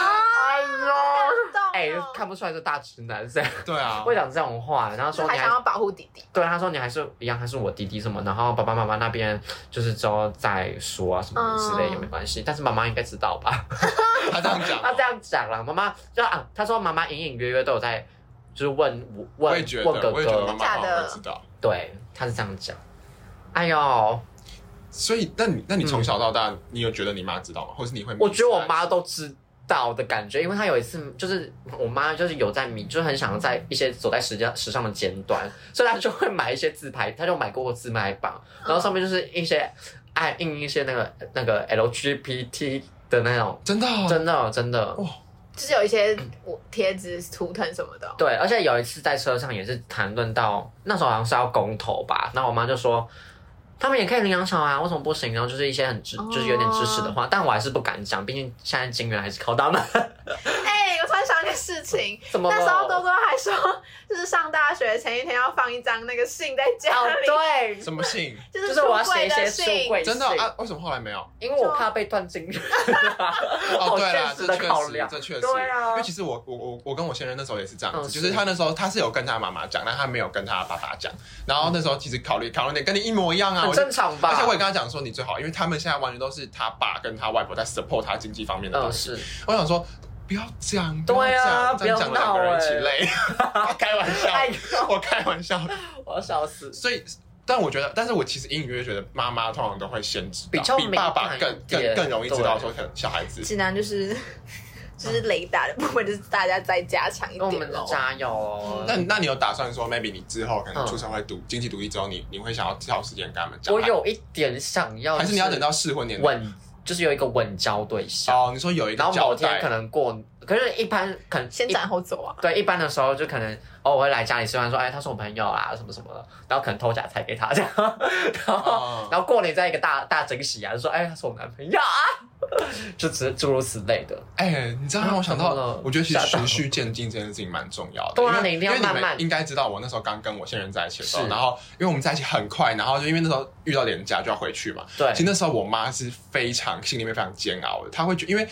Speaker 2: 哎
Speaker 1: 感
Speaker 2: 呦，
Speaker 1: 动哦
Speaker 2: 哎、看不出来是大直男这样，
Speaker 3: 对
Speaker 4: 哦
Speaker 3: 啊
Speaker 2: 会，讲这种话，然后
Speaker 4: 就
Speaker 2: 说
Speaker 4: 还
Speaker 2: 你还
Speaker 4: 想要保护弟弟。
Speaker 2: 对，他说你还是一样，还是我弟弟什么，然后爸爸妈妈那边就是之后再说啊什么之类也没关系，但是妈妈应该知道 *laughs* 吧？
Speaker 3: 他这样
Speaker 2: 他
Speaker 3: 讲，
Speaker 2: 这样讲啦，妈妈就啊，他说妈妈隐隐约约都有在，就是问我
Speaker 3: 我
Speaker 2: 问
Speaker 3: 也觉得，
Speaker 2: 问哥
Speaker 3: 我也觉得妈
Speaker 2: 哥，
Speaker 3: 妈好
Speaker 1: 假的
Speaker 3: 像知道。
Speaker 2: 对，他是这样讲。哎呦，
Speaker 3: 所以，那你那你从小到大，你有觉得你妈知道吗？或是你会？
Speaker 2: 嗯我觉得我妈都知道的感觉，因为她有一次就是我妈就是有在迷，就是很想要在一些走在时间时尚的尖端，所以她就会买一些自拍，她就买过自拍榜，然后上面就是一些爱印一些那个那个 LGBT 的那种，
Speaker 3: 真的哦、
Speaker 2: 真的真的。
Speaker 4: 就是有一些我贴纸、图腾什么
Speaker 2: *laughs*
Speaker 4: 的哦。
Speaker 2: 对，而且有一次在车上也是谈论到那时候好像是要公投吧，然后我妈就说他们也可以领养小孩，为什么不行？然后就是一些很支，就是有点支持
Speaker 4: 哦
Speaker 2: 的话，但我还是不敢讲，毕竟现在金源还是靠到那，
Speaker 4: 哎、我突然想一件事情，
Speaker 2: *laughs* 怎么了
Speaker 4: 那时候多多还说，就是上大学前一天要放一张那个信在家
Speaker 2: 哦
Speaker 4: 里，
Speaker 2: 对，
Speaker 3: 什么信？
Speaker 4: 就
Speaker 2: 就是是
Speaker 4: 出
Speaker 2: 我要写
Speaker 4: 柜
Speaker 2: 一
Speaker 4: 的
Speaker 2: 些
Speaker 4: 信，
Speaker 2: 书柜
Speaker 3: 真的哦
Speaker 2: 信
Speaker 3: 啊？为什么后来没有？
Speaker 2: *laughs* 因为我怕被断经。
Speaker 3: 哦，
Speaker 2: 哦
Speaker 3: 对啦，这
Speaker 2: 的
Speaker 3: 确
Speaker 2: 考
Speaker 3: 实
Speaker 2: 量，，
Speaker 3: 这确实，
Speaker 2: 对啊
Speaker 3: 因为其实我我我我跟我先生那时候也是这样
Speaker 2: 嗯
Speaker 3: 子，
Speaker 2: 是
Speaker 3: 就是他那时候他是有跟他妈妈讲，但他没有跟他爸爸讲。然后那时候其实考虑考虑点跟你一模一样啊，
Speaker 2: 很
Speaker 3: 我就
Speaker 2: 正常吧？
Speaker 3: 而且我也跟他讲说你最好，因为他们现在完全都是他爸跟他外婆在 support 他经济方面的东
Speaker 2: 嗯
Speaker 3: 西。
Speaker 2: 是，
Speaker 3: 我想说不要这样，
Speaker 2: 对啊
Speaker 3: 不要这样这样讲
Speaker 2: 不要
Speaker 3: 两
Speaker 2: 闹
Speaker 3: 个人一起
Speaker 2: 欸 *laughs*
Speaker 3: 累，开玩笑，
Speaker 2: 哎呦，
Speaker 3: 我开玩笑。
Speaker 2: 我要笑死。
Speaker 3: 所以，但我觉得，但是我其实隐隐约约觉得妈妈通常都会先知道，
Speaker 2: 比较
Speaker 3: 比爸爸
Speaker 2: 敏感
Speaker 3: 更
Speaker 2: 一
Speaker 3: 更
Speaker 2: 点
Speaker 3: 更容易知道
Speaker 2: 对
Speaker 3: 说可能小孩子
Speaker 4: 指南就是 *laughs* 就是雷达的部分，就是大家再加强一
Speaker 2: 跟我们
Speaker 4: 点咯。
Speaker 2: 加油哦！
Speaker 3: 嗯那那你有打算说，maybe 你之后可能
Speaker 2: 嗯
Speaker 3: 出社会独、经济独立之后，你你会想要挑时间跟他们讲？
Speaker 2: 我，有一点想要，
Speaker 3: 还是你要等到适婚年龄？
Speaker 2: 稳，就是有一个稳交对象，
Speaker 3: 哦，你说有一
Speaker 2: 然
Speaker 3: 个
Speaker 2: 后
Speaker 3: 交
Speaker 2: 某天
Speaker 3: 代
Speaker 2: 可，能过，可是一般可能
Speaker 4: 先
Speaker 2: 一
Speaker 4: 斩后奏啊！
Speaker 2: 对，一般的时候就可能哦，我会来家里吃饭，说哎，他是我朋友啦，什么什么的，然后可能偷夹菜给他这样，然后、
Speaker 3: 哦
Speaker 2: 然后过年再一个大大惊喜啊，就说哎，他是我男朋友啊， *laughs* 就只诸如此类的。
Speaker 3: 哎、你知道让我想到，
Speaker 2: 啊怎么了
Speaker 3: 我觉得其实
Speaker 2: 吓到
Speaker 3: 循序渐进这件事情蛮重要的。
Speaker 2: 对啊
Speaker 3: 因为
Speaker 2: 你一定要
Speaker 3: 因为
Speaker 2: 慢
Speaker 3: 你们
Speaker 2: 慢
Speaker 3: 应该知道，我那时候刚跟我现任在一起的时候，
Speaker 2: 是
Speaker 3: 然后因为我们在一起很快，然后就因为那时候遇到连假就要回去嘛，
Speaker 2: 对
Speaker 3: 其实那时候我妈是非常心里面非常煎熬的，她会觉因为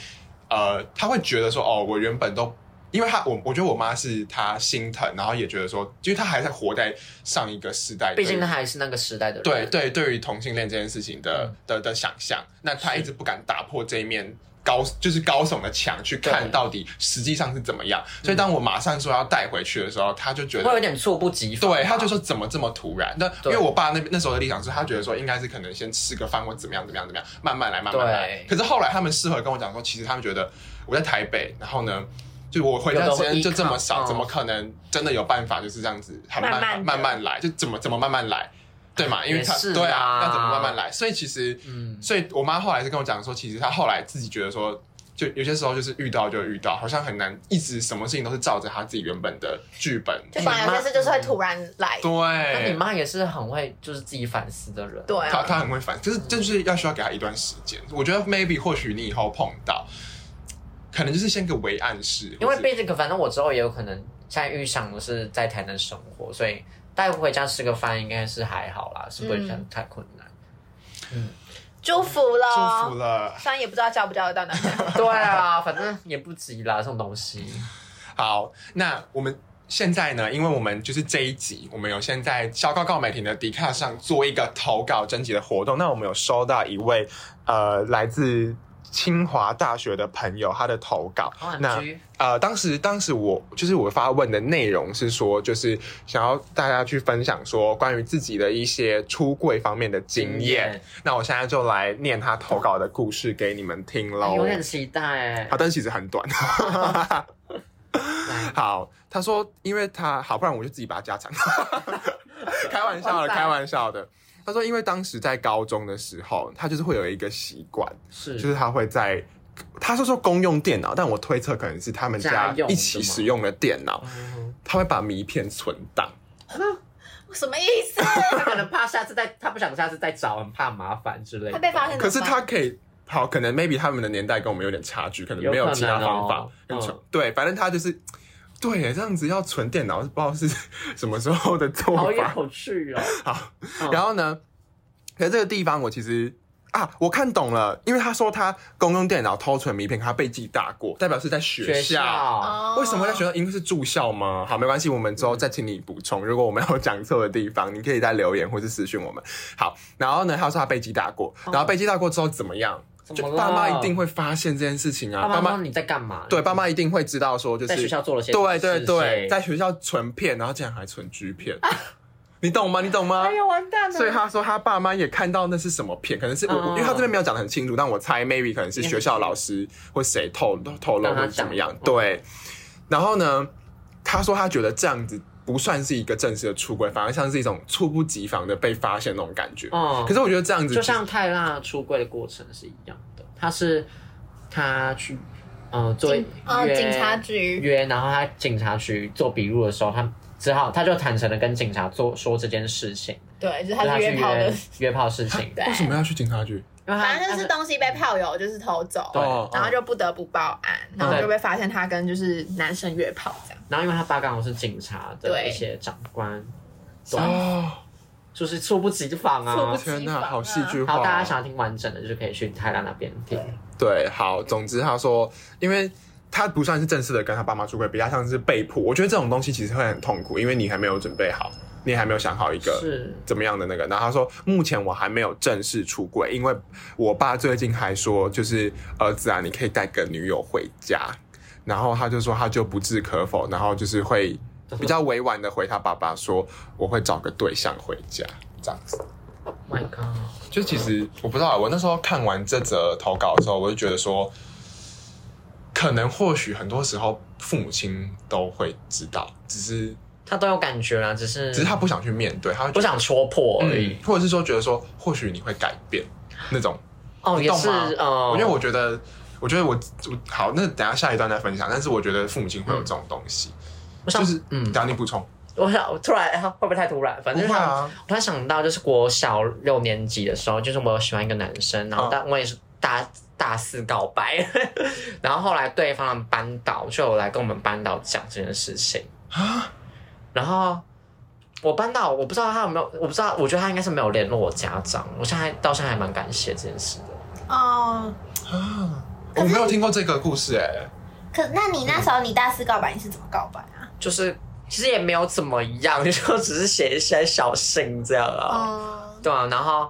Speaker 3: 呃，她会觉得说哦，我原本都。因为她我我觉得我妈是她心疼，然后也觉得说，因为她还在活在上一个世代，
Speaker 2: 毕竟他还是那个时代的人。嗯
Speaker 3: 对对，对于同性恋这件事情的、的的想象，那他一直不敢打破这一面高就是高耸的墙，去看
Speaker 2: 对
Speaker 3: 到底实际上是怎么样。所以当我马上说要带回去的时候，他就觉
Speaker 2: 会有
Speaker 3: 得。
Speaker 2: 点猝不及防吧。
Speaker 3: 对，他就说怎么这么突然？那因
Speaker 2: 对
Speaker 3: 为我爸那边那时候的立场是，他觉得说应该是可能先吃个饭或怎么样怎么样怎么样，慢慢来慢慢来。可是
Speaker 2: 对
Speaker 3: 后来他们适合跟我讲说，其实他们觉得我在台北，然后呢，就我回家
Speaker 2: 有
Speaker 3: 时
Speaker 2: 个
Speaker 3: 间就这么
Speaker 2: 依
Speaker 3: 少，
Speaker 2: 靠
Speaker 3: 怎么可能真的有办法就是这样子很慢
Speaker 4: 慢慢地
Speaker 3: 慢慢来，就怎么怎么慢慢来，对嘛？因为他
Speaker 2: 也是
Speaker 3: 对啊，
Speaker 2: 啦
Speaker 3: 要怎么慢慢来？所以其实，
Speaker 2: 嗯
Speaker 3: 所以我妈后来是跟我讲说，其实她后来自己觉得说。就有些时候就是遇到就遇到，好像很难一直什么事情都是照着她自己原本的剧本。
Speaker 1: 就反而有些事就是会突然来，
Speaker 2: 嗯那
Speaker 3: 对
Speaker 2: 你，妈也是很会就是自己反思的人。
Speaker 4: 对啊
Speaker 3: 她她很会反，就是这就是要需要给她一段时间。我觉得 maybe 或许你以后碰到，可能就是先个微暗示，
Speaker 2: 因为
Speaker 3: 或者
Speaker 2: 毕竟，反正我之后也有可能现在预想的是在台南生活，所以带回家吃个饭应该是还好啦，是不会
Speaker 4: 嗯
Speaker 2: 太困难。 *laughs*
Speaker 1: 祝福喽，
Speaker 2: 哦
Speaker 3: 祝福了。
Speaker 4: 虽然也不知道交不交得到男朋友，
Speaker 2: 对啊，反正也不急啦，这种东西。
Speaker 3: 好，那我们现在呢，因为我们就是这一集，我们有先在肖高告美婷的迪卡上做一个投稿征集的活动。那我们有收到一位呃来自清华大学的朋友他的投稿，那
Speaker 2: OMG，
Speaker 3: 呃，当时当时我就是我发问的内容是说，就是想要大家去分享说关于自己的一些出柜方面的经
Speaker 2: 经
Speaker 3: 验
Speaker 2: 验。
Speaker 3: 那我现在就来念他投稿的故事给你们听喽。
Speaker 2: 哎有点期待
Speaker 3: 好，但是其实很短。 *laughs* 好，他说，因为他好，不然我就自己把它加长。 *laughs* 开玩笑的，
Speaker 2: 哇塞
Speaker 3: 开玩笑的。他说，因为当时在高中的时候，他就是会有一个习惯，
Speaker 2: 是
Speaker 3: 就是他会在，他是说公用电脑，但我推测可能是他们家
Speaker 2: 家用
Speaker 3: 一起
Speaker 2: 的吗
Speaker 3: 使用的电脑，
Speaker 2: 嗯
Speaker 3: 他会把名片存档。
Speaker 2: *laughs*
Speaker 1: 什么意思？
Speaker 2: 他可能怕下次再，他不想下次再找，很怕麻烦之类的。
Speaker 1: 会被发现
Speaker 3: 可是他可以好，可能 maybe 他们的年代跟我们有点差距，可能没
Speaker 2: 有可
Speaker 3: 其他
Speaker 2: 能
Speaker 3: 方法
Speaker 2: 哦。
Speaker 3: 跟
Speaker 2: 嗯
Speaker 3: 存对，反正他就是对这样子要存电脑，不知道是什么时候的 *laughs* 做
Speaker 2: 好
Speaker 3: 法。
Speaker 2: 有趣哦。
Speaker 3: 好，
Speaker 2: 嗯
Speaker 3: 然后呢，可是这个地方我其实啊，我看懂了，因为他说他公用电脑偷存名片，他被记大过，代表是在学校。
Speaker 2: 学校，
Speaker 1: 哦
Speaker 3: 为什么在学校？因为是住校吗？好，没关系，我们之后再请你补充。如果我们有讲错的地方，你可以再留言或是私讯我们。好，然后呢，他说他被击打过，
Speaker 2: 哦
Speaker 3: 然后被击打过之后怎么样？
Speaker 2: 怎
Speaker 3: 就
Speaker 2: 么了
Speaker 3: 爸妈一定会发现这件事情啊，
Speaker 2: 爸
Speaker 3: 爸
Speaker 2: 妈说
Speaker 3: 妈
Speaker 2: 你在干嘛？
Speaker 3: 对爸妈一定会知道说就
Speaker 2: 在学
Speaker 3: 是
Speaker 2: 校做了些
Speaker 3: 对对
Speaker 2: 事
Speaker 3: 对，
Speaker 2: 情
Speaker 3: 在学校存片，然后竟然还存 G 片，你懂吗？你懂吗？
Speaker 2: 哎呀完蛋了，
Speaker 3: 所以他说他爸妈也看到那是什么片，可能是我，
Speaker 2: 嗯
Speaker 3: 因为他这边没有讲的很清楚，但我猜 maybe 可能是学校老师或谁透透露
Speaker 2: 让他
Speaker 3: 或
Speaker 2: 讲
Speaker 3: 者怎么样
Speaker 2: 嗯。
Speaker 3: 对，然后呢，他说他觉得这样子不算是一个正式的出轨，反而像是一种猝不及防的被发现那种感觉。
Speaker 2: 嗯
Speaker 3: 可是我觉得这样子
Speaker 2: 就像泰拉出柜的过程是一样的，他是他去嗯做约
Speaker 1: 警
Speaker 4: 哦
Speaker 1: 呃警察局，
Speaker 2: 约，然后他警察局做笔录的时候，他只好他就坦诚的跟警察做说这件事情，
Speaker 4: 对，
Speaker 2: 就
Speaker 4: 就是他
Speaker 2: 是他
Speaker 4: 是
Speaker 2: 去
Speaker 4: 约炮的
Speaker 2: 约，约炮事
Speaker 1: *laughs*
Speaker 2: 情，
Speaker 1: 对
Speaker 3: 为，什么要去警察局？
Speaker 2: 因为他
Speaker 1: 反正就是东西被炮友就是偷走，
Speaker 2: 对嗯
Speaker 3: 哦
Speaker 1: 然后就不得不报案，然后就被发现他跟就是男生约炮这样。
Speaker 2: 然后因为他爸刚好是警察的
Speaker 1: 对
Speaker 2: 一些长官，对，
Speaker 3: 哦，
Speaker 2: 就是猝不及防啊，
Speaker 1: 猝不及
Speaker 3: 天哪，
Speaker 1: 提防啊
Speaker 3: 好戏剧化哦！
Speaker 2: 好，大家想要听完整的，就是可以去泰拉那边听。
Speaker 3: 对，好，总之他说，因为他不算是正式的跟他爸妈出轨，比较像是被迫。我觉得这种东西其实会很痛苦，因为你还没有准备好，你还没有想好一个
Speaker 2: 是，
Speaker 3: 怎么样的那个。然后他说，目前我还没有正式出轨，因为我爸最近还说，就是儿子啊，你可以带个女友回家。然后他就说他就不置可否，然后就是会比较委婉的回他爸爸说，我会找个对象回家这样子。
Speaker 2: My God，
Speaker 3: 就其实我不知道，我那时候看完这则投稿的时候，我就觉得说，可能或许很多时候父母亲都会知道，只是
Speaker 2: 他都有感觉啦，只是
Speaker 3: 只是他不想去面对，他会觉
Speaker 2: 嗯不
Speaker 3: 得
Speaker 2: 想戳破而已。
Speaker 3: 嗯，或者是说觉得说，或许你会改变那种，
Speaker 2: 哦，
Speaker 3: 你
Speaker 2: 也
Speaker 3: 懂
Speaker 2: 是，
Speaker 3: 吗？
Speaker 2: 呃，
Speaker 3: 因为我觉得，我觉得我我好，那等一下下一段再分享。但是我觉得父母亲会有这种东西，
Speaker 2: 嗯我想
Speaker 3: 就是嗯，
Speaker 2: 嗯
Speaker 3: 等一下你补充，
Speaker 2: 我想，我突然会不会太突然？反
Speaker 3: 不
Speaker 2: 正就
Speaker 3: 会
Speaker 2: 是
Speaker 3: 啊
Speaker 2: 我突然想到，就是国小六年级的时候，就是我有喜欢一个男生，
Speaker 3: 啊
Speaker 2: 然后但我也是大大四告白， *laughs* 然后后来对方的班导就有来跟我们班导讲这件事情
Speaker 3: 啊
Speaker 2: 然后我班导我不知道他有没有，我不知道，我觉得他应该是没有联络我家长，我现在到现在还蛮感谢这件事的。
Speaker 1: 哦，
Speaker 3: 我没有听过这个故事哎、
Speaker 1: 可那你那时候你大四告白，你是怎么告白啊？
Speaker 2: 就是其实也没有怎么样， *laughs* 就只是写一些小信这样啊。
Speaker 1: 哦，
Speaker 2: 对啊，然后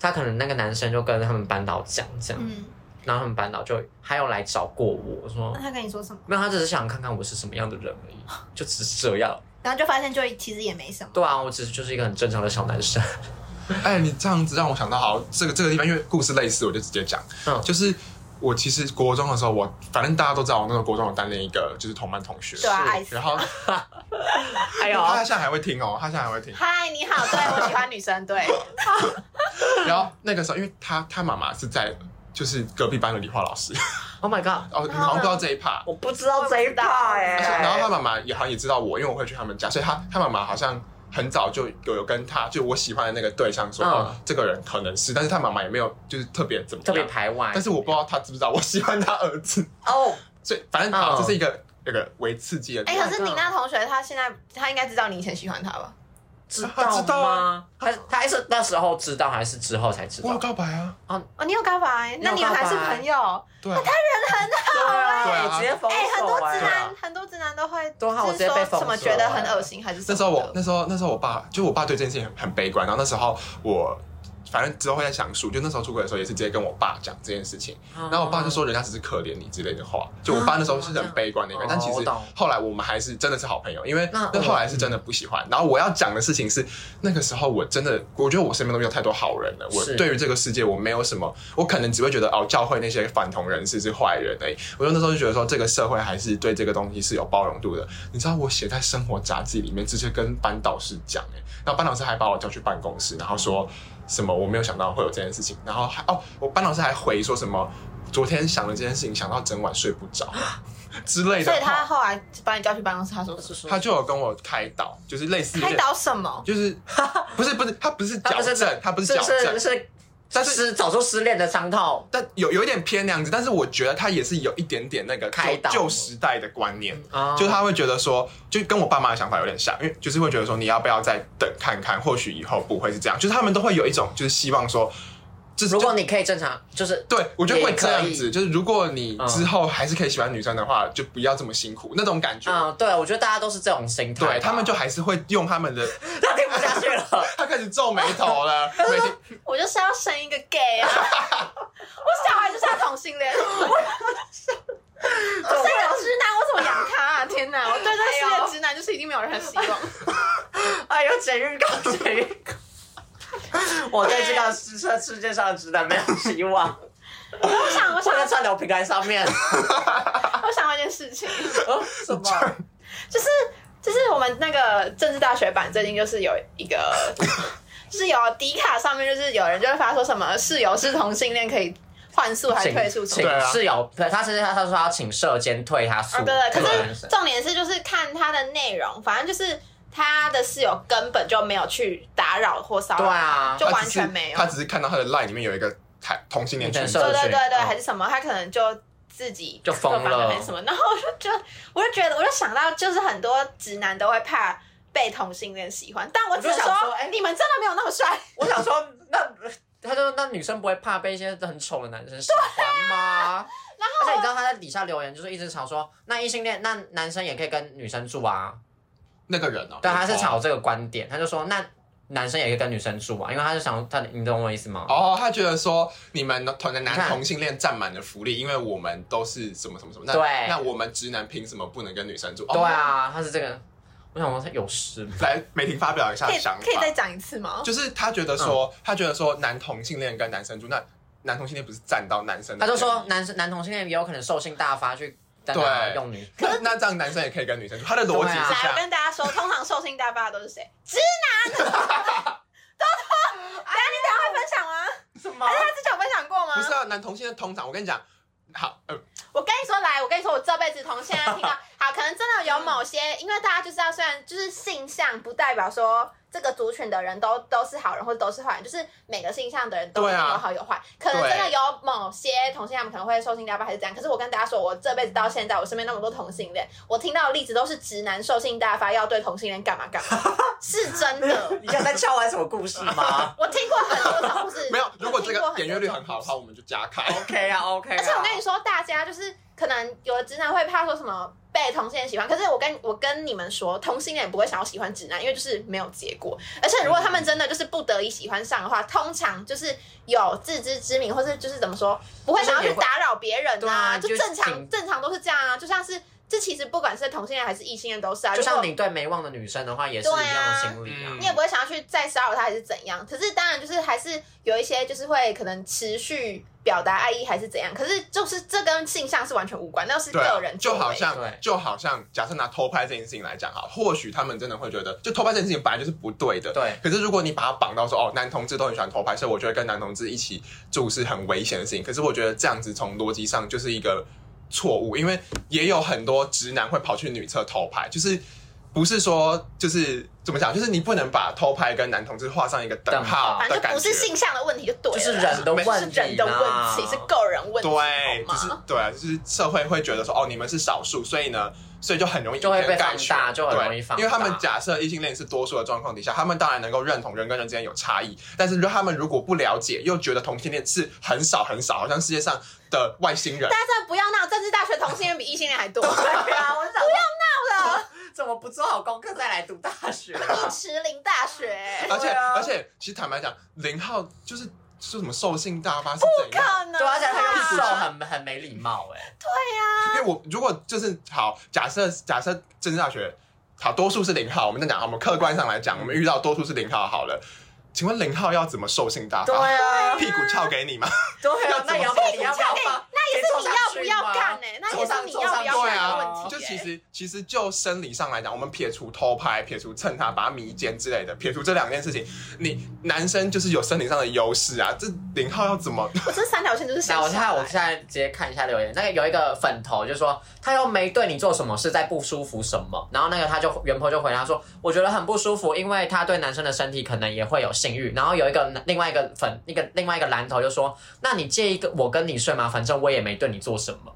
Speaker 2: 他可能那个男生就跟他们班导讲这样，
Speaker 1: 嗯，
Speaker 2: 然后他们班导就还有来找过我，我说
Speaker 1: 那他跟你说什么？
Speaker 2: 没有，他只是想看看我是什么样的人而已，就只是这样。
Speaker 1: 然后就发现就其实也没什么。
Speaker 2: 对啊，我只是就是一个很正常的小男生。 *laughs*
Speaker 3: 哎、你这样子让我想到，好，这个这个地方，因为故事类似，我就直接讲。
Speaker 2: 嗯
Speaker 3: 就是我其实国中的时候，我反正大家都知道，我那时候国中有单恋一个就是同班同学，
Speaker 1: 对啊，爱死
Speaker 3: 然。后
Speaker 2: *laughs* 哎呦，
Speaker 3: 他现在还会听哦，他现在还会听。
Speaker 1: 嗨，你好，对我喜欢女生，对，
Speaker 3: 然后那个时候，因为他他妈妈是在就是隔壁班的理化老师，
Speaker 2: ，Oh my god，
Speaker 3: 哦，
Speaker 1: 啊
Speaker 3: 你好像不知道这一趴。
Speaker 2: *laughs* 我不知道这一趴哎、
Speaker 1: 我不知道
Speaker 3: 然后他妈妈也好像也知道我，因为我会去他们家，所以他他妈妈好像很早就有有跟他就我喜欢的那个对象说，
Speaker 2: 嗯
Speaker 3: 哦，这个人可能是，但是他妈妈也没有就是特别怎么
Speaker 2: 特别
Speaker 3: 样，
Speaker 2: 排外，
Speaker 3: 但是我不知道他知不知道我喜欢他儿子。
Speaker 2: 哦，
Speaker 3: 所以反正好，
Speaker 2: 嗯
Speaker 3: 这是一个那个为刺激的地
Speaker 1: 哎、
Speaker 3: 方。
Speaker 1: 可是你那同学他现在他应该知道你以前喜欢他吧？
Speaker 2: 知道
Speaker 3: 他知道
Speaker 2: 吗
Speaker 3: 啊？
Speaker 2: 他他还是那时候知道，还是之后才知
Speaker 3: 我有
Speaker 2: 道？
Speaker 3: 告白啊，
Speaker 1: 哦，你有告白，那
Speaker 2: 你
Speaker 1: 你
Speaker 2: 有
Speaker 1: 们
Speaker 2: 告白
Speaker 1: 还是朋友？
Speaker 3: 对啊，
Speaker 2: 对
Speaker 3: 对啊
Speaker 2: 直接封
Speaker 1: 哎、很多
Speaker 2: 锁
Speaker 1: 直
Speaker 2: 哎、
Speaker 1: 男、
Speaker 2: 啊，
Speaker 1: 很多直男都会，
Speaker 2: 对啊我直接被
Speaker 1: 是说
Speaker 2: 封锁欸
Speaker 1: 什么觉得很恶心还是什么的
Speaker 3: 那时候我那时候那时候我爸就我爸对这件事情很很悲观，然后那时候我反正之后会在想述，就那时候出轨的时候也是直接跟我爸讲这件事情，
Speaker 2: 然
Speaker 3: 然后我爸就说人家只是可怜你之类的话，就我爸那时候是很悲观的一个
Speaker 2: 哦，
Speaker 3: 但其
Speaker 2: 我
Speaker 3: 实
Speaker 2: 懂
Speaker 3: 后来我们还是真的是好朋友，因为
Speaker 2: 那
Speaker 3: 那后来是真的不喜欢。然后我要讲的事情是，那个时候我真的我觉得我身边都没有太多好人了，我
Speaker 2: 是
Speaker 3: 对于这个世界我没有什么，我可能只会觉得哦，教会那些反同人士是坏人而已。我就那时候就觉得说，这个社会还是对这个东西是有包容度的。你知道我写在生活杂志里面，直接跟班导师讲哎、欸，然后班导师还把我叫去办公室，然后说什么我没有想到会有这件事情，然后还哦，我班老师还回说什么。昨天想了这件事情，想到整晚睡不着， *laughs* 之类的
Speaker 1: 所以他
Speaker 3: 话，
Speaker 1: 后来把你叫去办公室，他说叔叔，
Speaker 3: 他就有跟我开导，就是类似
Speaker 1: 开，导什么？
Speaker 3: 就是不是不是，他不是矫正，他不是
Speaker 2: 是
Speaker 3: 矫正
Speaker 2: 是，是，
Speaker 3: 但是
Speaker 2: 是早出失恋的伤痛。
Speaker 3: 但有有一点偏那样子，但是我觉得他也是有一点点那个
Speaker 2: 开
Speaker 3: 旧
Speaker 2: 导
Speaker 3: 旧时代的观念，
Speaker 2: 啊
Speaker 3: 就他会觉得说，就跟我爸妈的想法有点像，因为就是会觉得说，你要不要再等看看，或许以后不会是这样，就是他们都会有一种就是希望说，就是
Speaker 2: 如果你可以正常，就是
Speaker 3: 对，我觉得会这样
Speaker 2: 也可
Speaker 3: 子，
Speaker 2: 以
Speaker 3: 就是如果你之后还是可以喜欢女生的话，就不要这么辛苦那种感觉。
Speaker 2: 嗯，对，我觉得大家都是这种心态吧。
Speaker 3: 对他们就还是会用他们的，
Speaker 2: *laughs* 他听不下去了。
Speaker 3: 他开始皱眉头
Speaker 2: *laughs*
Speaker 3: 了，每天
Speaker 1: 我就是要生一个 gay *laughs* 啊！我小孩就是要同 *laughs* 性恋，我我生个直男，我怎么养他啊？天哪！ *laughs* 我对哦这个世界的直男就是已经没有任何希望。
Speaker 2: *laughs* 哎呦，剪预告，剪预告。 *laughs* 我对这个世世世界上的直男没有希
Speaker 1: *laughs*
Speaker 2: 望，
Speaker 1: 我 *laughs* 想，我
Speaker 2: 会
Speaker 1: 想，
Speaker 2: 在串流平台上
Speaker 1: *laughs*
Speaker 2: 面。
Speaker 1: 我想到一件事情，
Speaker 2: 哦 *laughs* 什么？
Speaker 1: 就是就是我们那个政治大学版最近就是有一个，就是 *laughs* 有迪卡上面就是有人就会发说什么室友是同性恋可以换宿还退宿什么
Speaker 2: 请
Speaker 1: 的。
Speaker 3: 对啊
Speaker 2: 室友，对他甚至他他说他请社监退他诉。
Speaker 1: 啊，对对，可是重点是就是看他的内容，反正就是他的室友根本就没有去打扰或骚扰，
Speaker 2: 对啊
Speaker 1: 就完全没有
Speaker 3: 他只是他只是看到他的 line 里面有一个台同性恋群
Speaker 2: 女
Speaker 3: 组
Speaker 2: 生，
Speaker 1: 对对对对，
Speaker 2: 嗯
Speaker 1: 还是什么，他可能就自己
Speaker 2: 就疯
Speaker 1: 各方面
Speaker 2: 了
Speaker 1: 还是什么，然后我就觉得，我就觉得，我就想到，就是很多直男都会怕。被同性恋喜欢，但我只能
Speaker 2: 我就想说哎
Speaker 1: 你们真的没有那么帅，
Speaker 2: 我想说，那他就那女生不会怕被一些很丑的男生喜欢吗？
Speaker 1: 啊 *laughs* 然
Speaker 2: 而且你知道他在底下留言，就是一直吵说，那异性恋那男生也可以跟女生住啊。
Speaker 3: 那个人哦，
Speaker 2: 对，他是吵这个观点，他就说那男生也可以跟女生住啊，因为他就想他，你懂我意思吗？
Speaker 3: 哦，他觉得说你们同
Speaker 2: 你
Speaker 3: 男
Speaker 2: 看
Speaker 3: 同性恋占满了福利，因为我们都是什么什么什么，那
Speaker 2: 对
Speaker 3: 那我们直男凭什么不能跟女生住？哦
Speaker 2: 对，啊，他是这个，我想说他有事吗？
Speaker 3: 来梅婷发表一下
Speaker 1: *laughs* 可以
Speaker 3: 想法，
Speaker 1: 可以再讲一次吗？
Speaker 3: 就是他觉得说，他觉得说男同性恋跟男生住，那男同性恋不是占到男生的
Speaker 2: 他
Speaker 3: 便
Speaker 2: 就
Speaker 3: 宜？
Speaker 2: 说男生男同性恋也有可能兽性大发去单打
Speaker 3: 对
Speaker 2: 用女，
Speaker 3: 那
Speaker 2: *laughs*
Speaker 3: 那这样男生也可以跟女生住，他的逻辑
Speaker 2: 对啊
Speaker 1: *laughs*
Speaker 3: 是这
Speaker 1: 来，我
Speaker 3: 样。
Speaker 1: 跟大家说，通常受性大发的都是谁？直 *laughs* 男。多多，等一下你等一下会分享吗？
Speaker 2: 什么
Speaker 1: 还是他之前有分享过吗？
Speaker 3: 不是啊，男同性恋通常我跟你讲，好，呃，
Speaker 1: 我跟你说，来，我跟你说，我这辈子同现在听到，好，可能真的有某些，因为大家就知道，虽然就是性向不代表说这个族群的人都都是好人或者都是坏人，就是每个性向的人都
Speaker 3: 对
Speaker 1: 是有
Speaker 3: 啊
Speaker 1: 好有坏，可能真的有某些同性恋可能会受性大发还是怎样。可是我跟大家说，我这辈子到现在，我身边那么多同性恋，我听到的例子都是直男受性大发，要对同性恋干嘛干嘛，是真的。
Speaker 2: 你现在在撬完什么故事
Speaker 3: *laughs*
Speaker 2: 吗
Speaker 1: 我听过很多种故事，
Speaker 3: 没有，如果这
Speaker 1: 我听过
Speaker 3: 个
Speaker 1: 很多
Speaker 3: 点阅率
Speaker 1: 种
Speaker 3: 很好
Speaker 1: 故
Speaker 3: 的
Speaker 1: 事
Speaker 3: 话，我们就加开。
Speaker 2: ？OK 啊，OK 啊。
Speaker 1: 而且我跟你说，大家就是可能有的直男会怕说什么被同性恋喜欢，可是我跟我跟你们说，同性恋也不会想要喜欢直男，因为就是没有结果。而且如果他们真的就是不得已喜欢上的话，通常就是有自知之明，或是就是怎么说，不会想要去打扰别人
Speaker 2: 对
Speaker 1: 啊，
Speaker 2: 啊
Speaker 1: 就
Speaker 2: 就
Speaker 1: 正常
Speaker 2: 挺
Speaker 1: 正常都是这样啊，就像是这其实不管是同性恋还是异性恋都是啊，
Speaker 2: 就
Speaker 1: 如
Speaker 2: 像
Speaker 1: 果
Speaker 2: 你对没忘的女生的话，也是一样的心理
Speaker 3: 对
Speaker 2: 啊
Speaker 3: 啊。
Speaker 1: 你也不会想要去再骚扰他还是怎样。可是当然就是还是有一些就是会可能持续表达爱意还是怎样。可是就是这跟性向是完全无关，那是
Speaker 3: 对啊
Speaker 1: 个人，
Speaker 3: 就好像
Speaker 2: 对
Speaker 3: 就好像假设拿偷拍这件事情来讲哈，或许他们真的会觉得，就偷拍这件事情本来就是不对的。
Speaker 2: 对。
Speaker 3: 可是如果你把它绑到说哦，男同志都很喜欢偷拍，所以我觉得跟男同志一起住是很危险的事情。可是我觉得这样子从逻辑上就是一个错误，因为也有很多直男会跑去女厕偷拍，就是不是说就是怎么讲，就是你不能把偷拍跟男同志画上一个等号
Speaker 1: 反
Speaker 3: 的
Speaker 1: 正就
Speaker 3: 感
Speaker 1: 不
Speaker 3: 觉
Speaker 1: 是。性向的问题就对了
Speaker 2: 就
Speaker 1: 啦，
Speaker 2: 是人的
Speaker 3: 没
Speaker 2: 问
Speaker 1: 是
Speaker 2: 题啦，
Speaker 1: 人的问题，是个人问题，
Speaker 3: 对，
Speaker 1: 好
Speaker 3: 就是
Speaker 1: 吗？
Speaker 3: 对，啊就是社会会觉得说，哦，你们是少数，所以呢，所以就很容易
Speaker 2: 就会被
Speaker 3: 以偏概全
Speaker 2: 放大就很容易
Speaker 3: 对
Speaker 2: 放
Speaker 3: 因为他们
Speaker 2: 大
Speaker 3: 假设异性恋是多数的状况底下，他们当然能够认同人跟人之间有差异，但是他们如果不了解，又觉得同性恋是很少很少，好像世界上的外星人
Speaker 2: 啊
Speaker 1: 大。家真的不要闹，政治大学同性恋比异性恋还多，
Speaker 2: *laughs* 对啊，我想说
Speaker 1: 闹了，
Speaker 2: 怎么不做好功课再来读大 *laughs* 学啊？
Speaker 1: 一池林大学，
Speaker 3: 而且、
Speaker 2: 对啊
Speaker 3: 而且，其实坦白讲，零号就是说什么兽性大发是怎
Speaker 1: 可
Speaker 3: 样？
Speaker 1: 能
Speaker 2: 对啊，而且他 *laughs*
Speaker 1: 啊
Speaker 2: 用手很很没礼貌哎。
Speaker 3: 因为我如果就是好，假设假设政治大学好，多数是零号，我们在讲，好我们客观上来讲，我们遇到多数是零号好了。请问零号要怎么兽性大发？
Speaker 2: 啊，
Speaker 3: 屁股翘给你吗？
Speaker 2: 对啊，那也要
Speaker 1: 屁
Speaker 2: 看
Speaker 1: 股
Speaker 2: 你要不
Speaker 1: 翘
Speaker 2: 要
Speaker 1: 给
Speaker 2: 放，
Speaker 1: 那也是你要要不要干欸呢、那也
Speaker 3: 走
Speaker 1: 是
Speaker 3: 上
Speaker 1: 你
Speaker 3: 走
Speaker 1: 要
Speaker 3: 上
Speaker 1: 不要
Speaker 3: 对
Speaker 1: 干的
Speaker 3: 啊，
Speaker 1: 问题、
Speaker 3: 就
Speaker 1: 欸。
Speaker 3: 其实其实就生理上来讲，我们撇除偷拍、撇除蹭他、把他迷奸之类的，撇除这两件事情，你男生就是有生理上的优势啊。这零号要怎么？
Speaker 1: 我这三条线就是想
Speaker 2: 那我现
Speaker 1: 下
Speaker 2: 在我
Speaker 1: 来
Speaker 2: 现在直接看一下留言，那个有一个粉头就说他又没对你做什么事，在不舒服什么，然后那个他就原坡就回答说，我觉得很不舒服，因为他对男生的身体可能也会有性欲。然后有一个另外一个粉那个另外一个蓝头就说，那你介意跟我跟你睡吗？反正我也没对你做什么，